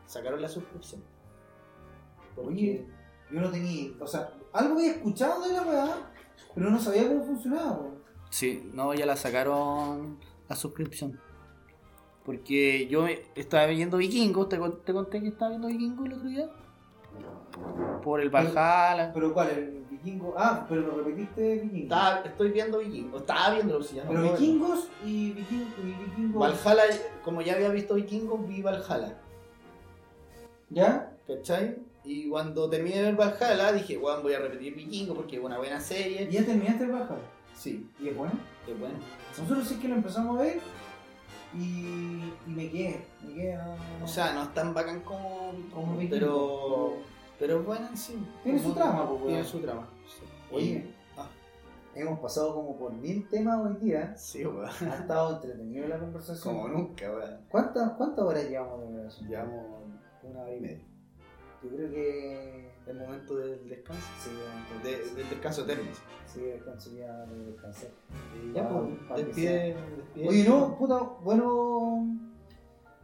S1: sacaron la suscripción. Porque
S2: Oye. Yo no tenía. O sea, algo había escuchado de la weá, pero no sabía cómo funcionaba, weón.
S4: Sí, no, ya la sacaron la suscripción. Porque yo estaba viendo Vikingos, ¿te, con- te conté que estaba viendo Vikingos el otro día. Por el Valhalla.
S2: Pero cuál, el vikingo. Ah, pero lo repetiste vikingo.
S1: estaba- estoy viendo Vikingos, estaba viendo si ya no
S2: Pero
S1: puedo verlo.
S2: vikingos y vikingos. Y vikingos.
S1: Valhalla, como ya había visto Vikingos, vi Valhalla,
S2: ¿Ya?
S1: ¿cachai? Y cuando terminé de ver Valhalla, dije, bueno, voy a repetir Vikingos porque es una buena
S2: ¿Y
S1: serie.
S2: ya terminaste el bajar?
S1: Sí,
S2: Y es bueno.
S1: qué bueno.
S2: Nosotros sí que lo empezamos a ver y, y me quedé. Me quedé. no- no-
S1: O sea, no es tan bacán como,
S2: como vikingo.
S1: pero... Pero es buena en sí.
S2: Tiene su trama, pues,
S1: pues,
S2: weón.
S1: Tiene su trama. sí.
S2: Oye,
S1: Ah.
S2: hemos pasado como por mil temas hoy día.
S1: Sí, weón.
S2: Ha estado entretenido la conversación.
S1: Como nunca, weón.
S2: ¿Cuántas, ¿Cuántas horas llevamos de grabación?
S1: Llevamos una hora y media.
S2: Yo creo que.
S1: El momento del descanso.
S2: Sí,
S1: De-
S2: antes de-
S1: del descanso eterno.
S2: sí, descanso ya de descansar.
S1: Y
S2: Ya,
S1: ya,
S2: pues, para
S1: pues,
S2: que
S1: despide, despide.
S2: Oye, no, puta, bueno.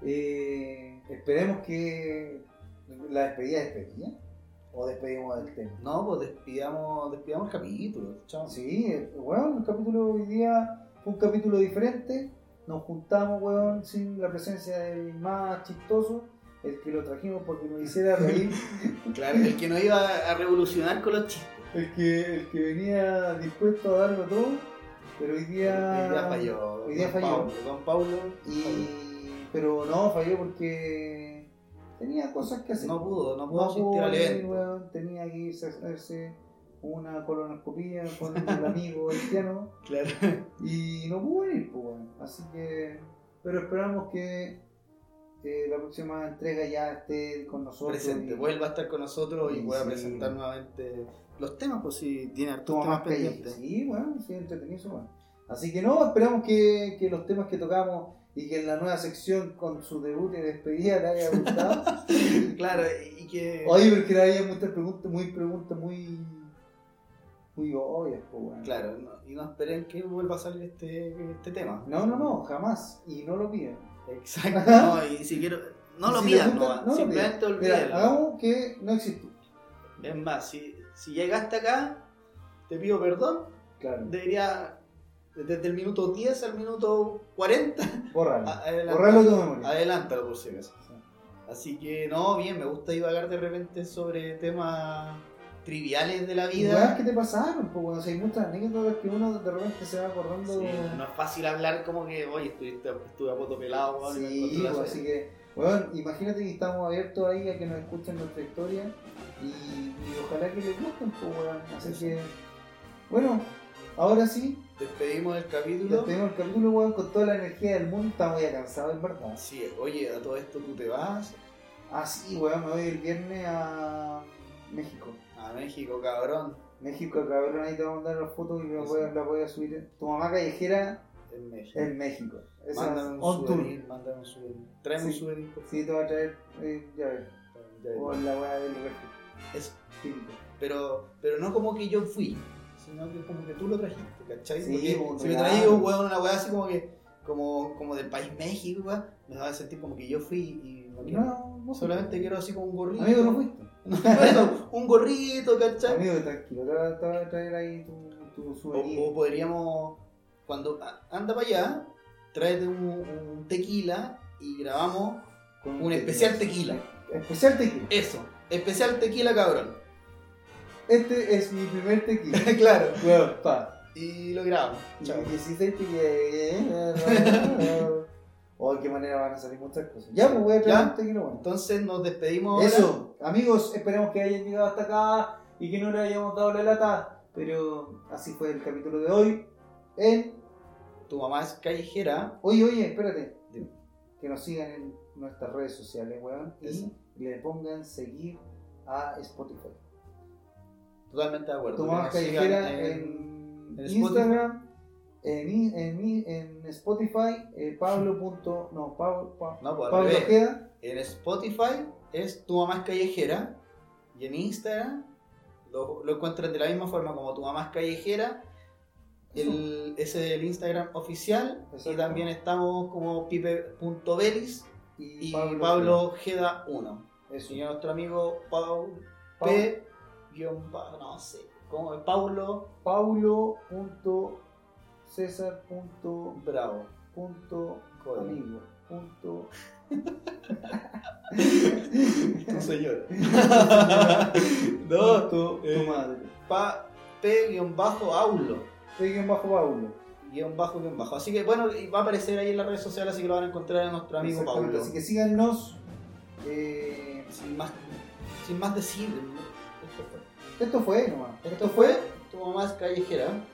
S2: eh, esperemos que. La despedida es despedida. O despedimos del tema.
S1: No, pues despidamos, despidamos el capítulo. Chao.
S2: Sí, eh, weón, el capítulo de hoy día fue un capítulo diferente. Nos juntamos, weón, sin la presencia del más chistoso, el que lo trajimos porque nos hiciera reír,
S1: Claro, el que no iba a revolucionar con los chistes.
S2: el que, el que venía dispuesto a darlo todo, pero hoy día.
S1: El día falló.
S2: hoy día
S1: Don
S2: falló.
S1: Paulo, Don Paulo.
S2: Y, pero no, falló porque tenía cosas que hacer.
S1: No pudo, no pudo
S2: No
S1: asistir
S2: pudo
S1: al
S2: ir,
S1: evento.
S2: weón, tenía que irse a hacerse una colonoscopía con el amigo haitiano.
S1: Claro.
S2: Y no pudo venir, pues, weón. Así que. Pero esperamos que eh, la próxima entrega ya esté con nosotros.
S1: Presente.
S2: y-
S1: Vuelva a estar con nosotros y
S2: Sí,
S1: pueda
S2: sí.
S1: presentar nuevamente los temas, pues si tiene hartos
S2: Toma
S1: temas
S2: más calles.
S1: pendientes.
S2: Sí, bueno, sí, entretenido eso, weón. Así que no, esperamos que, que los temas que tocamos y que en la nueva sección con su debut y despedida te haya gustado.
S1: Claro, y que.
S2: Oye, porque había muchas preguntas, muy preguntas muy. muy obvias, pues, weón.
S1: Claro, no- y no esperen que vuelva a salir este, este tema.
S2: No, no, no, jamás. Y no lo pidan.
S1: Exacto, no, y si quiero. No
S2: Y
S1: lo
S2: si les
S1: pidan,
S2: gusta,
S1: no,
S2: no lo
S1: simplemente
S2: Mira,
S1: olvídalo.
S2: hagamos que no existe.
S1: Es más, si, si llegaste acá, te pido perdón,
S2: Claro.
S1: debería Desde el minuto 10 al minuto 40.
S2: Bórralo.
S1: a- adelanta-
S2: Bórralo de tu memoria.
S1: Adelántalo por si acaso. Así que no, bien, me gusta divagar de repente sobre temas triviales de la
S2: Weas
S1: vida.
S2: que te pasaron, pues weón. Si hay muchas anécdotas que uno de repente se va acordando.
S1: Sí, no es fácil hablar como que, oye, estuviste, estuve a poto pelado, weón, y me
S2: Sí,
S1: encontré la
S2: pues,
S1: suerte".
S2: así que, bueno, imagínate que estamos abiertos ahí a que nos escuchen nuestra historia y, y ojalá que les gusten, pues, weón. Así que, bueno, ahora sí,
S1: Despedimos el capítulo.
S2: despedimos el capítulo, weón, con toda la energía del mundo, estamos ya cansados, en verdad.
S1: Sí, oye, a todo esto tú te vas
S2: Ah, sí, weón, me voy el viernes a México.
S1: a México, cabrón,
S2: México, cabrón, ahí te voy a mandar las fotos y las voy, a- las voy a subir. Tu mamá callejera
S1: en México.
S2: en México. Esa es
S1: Mándame un
S2: on tour.
S1: souvenir, mándame un souvenir. Tráeme
S2: Sí.
S1: un souvenir, por
S2: Sí, te va a traer eh, llave.
S1: favor. Ya, ya.
S2: O la weá del refri.
S1: Eso.
S2: Típico.
S1: Pero, pero no como que yo fui, sino que como que tú lo trajiste, ¿cachai?
S2: Sí, pues,
S1: Porque
S2: como un
S1: si me
S2: regalo.
S1: traes un weón, una weá así como que, como, como del país México, weón, me va a sentir como que yo fui y no quiero.
S2: No, no
S1: Solamente quiero así como un gorrito.
S2: Amigo, no fuiste.
S1: Bueno, un gorrito, ¿cachai?
S2: Amigo, tranquilo, te va- te va a traer ahí tu, tu souvenir.
S1: O, o podríamos, cuando a- anda para allá, tráete un, un tequila y grabamos
S2: Con
S1: oh. un especial tequila.
S2: Especial tequila.
S1: Eso, especial tequila cabrón.
S2: Este es mi primer tequila.
S1: claro.
S2: Weón, pa.
S1: Y lo grabamos.
S2: Y
S1: Chao.
S2: 16 tequila. Oh, qué manera van a salir muchas cosas. Ya, pues voy a traer
S1: Ya.
S2: un tequila, bueno.
S1: Entonces nos despedimos. ahora.
S2: Eso, amigos, esperemos que hayan llegado hasta acá y que no le hayamos dado la lata. Pero así fue el capítulo de hoy. En...
S1: Tu mamá es callejera.
S2: Oye, oye, espérate.
S1: Dime.
S2: Que nos sigan en nuestras redes sociales, weón. Y
S1: Eso.
S2: le pongan seguir a Spotify.
S1: Totalmente de acuerdo.
S2: Tomás
S1: Que nos sigan
S2: Callejera
S1: en-
S2: en,
S1: en Spotify.
S2: Instagram, en, i- en, i- en Spotify, eh, Pablo. punto- no, Pablo, Pa-
S1: No, pues, al
S2: Pablo
S1: revés.
S2: Ojeda.
S1: En Spotify es Tu mamá es callejera. Y en Instagram lo, lo encuentran de la misma forma como Tu mamá es callejera. El, ese es el Instagram oficial. Y
S2: Exacto.
S1: también estamos como pipe.belis y Pablo, Ojeda 1.
S2: Ojeda. Eso.
S1: Y nuestro amigo Pau,
S2: Pa-
S1: P. guión pa- no sé. Como Paulo
S2: Paulo. punto César. punto-
S1: Bravo.
S2: punto
S1: Cohen.
S2: amigo. punto-
S1: Tu señora. no,
S2: punto tu
S1: eh.
S2: madre.
S1: pa, P-aulo.
S2: Seguimos bajo Paulo.
S1: Guión bajo, guión bajo. Así que bueno, y va a aparecer ahí en las redes sociales, así que lo van a encontrar a nuestro amigo
S2: Exactamente,
S1: Paulo.
S2: Así que síganos. Eh,
S1: Sin más, sin más decir. ¿no? Esto fue.
S2: esto fue nomás.
S1: Esto fue Tu mamá es callejera.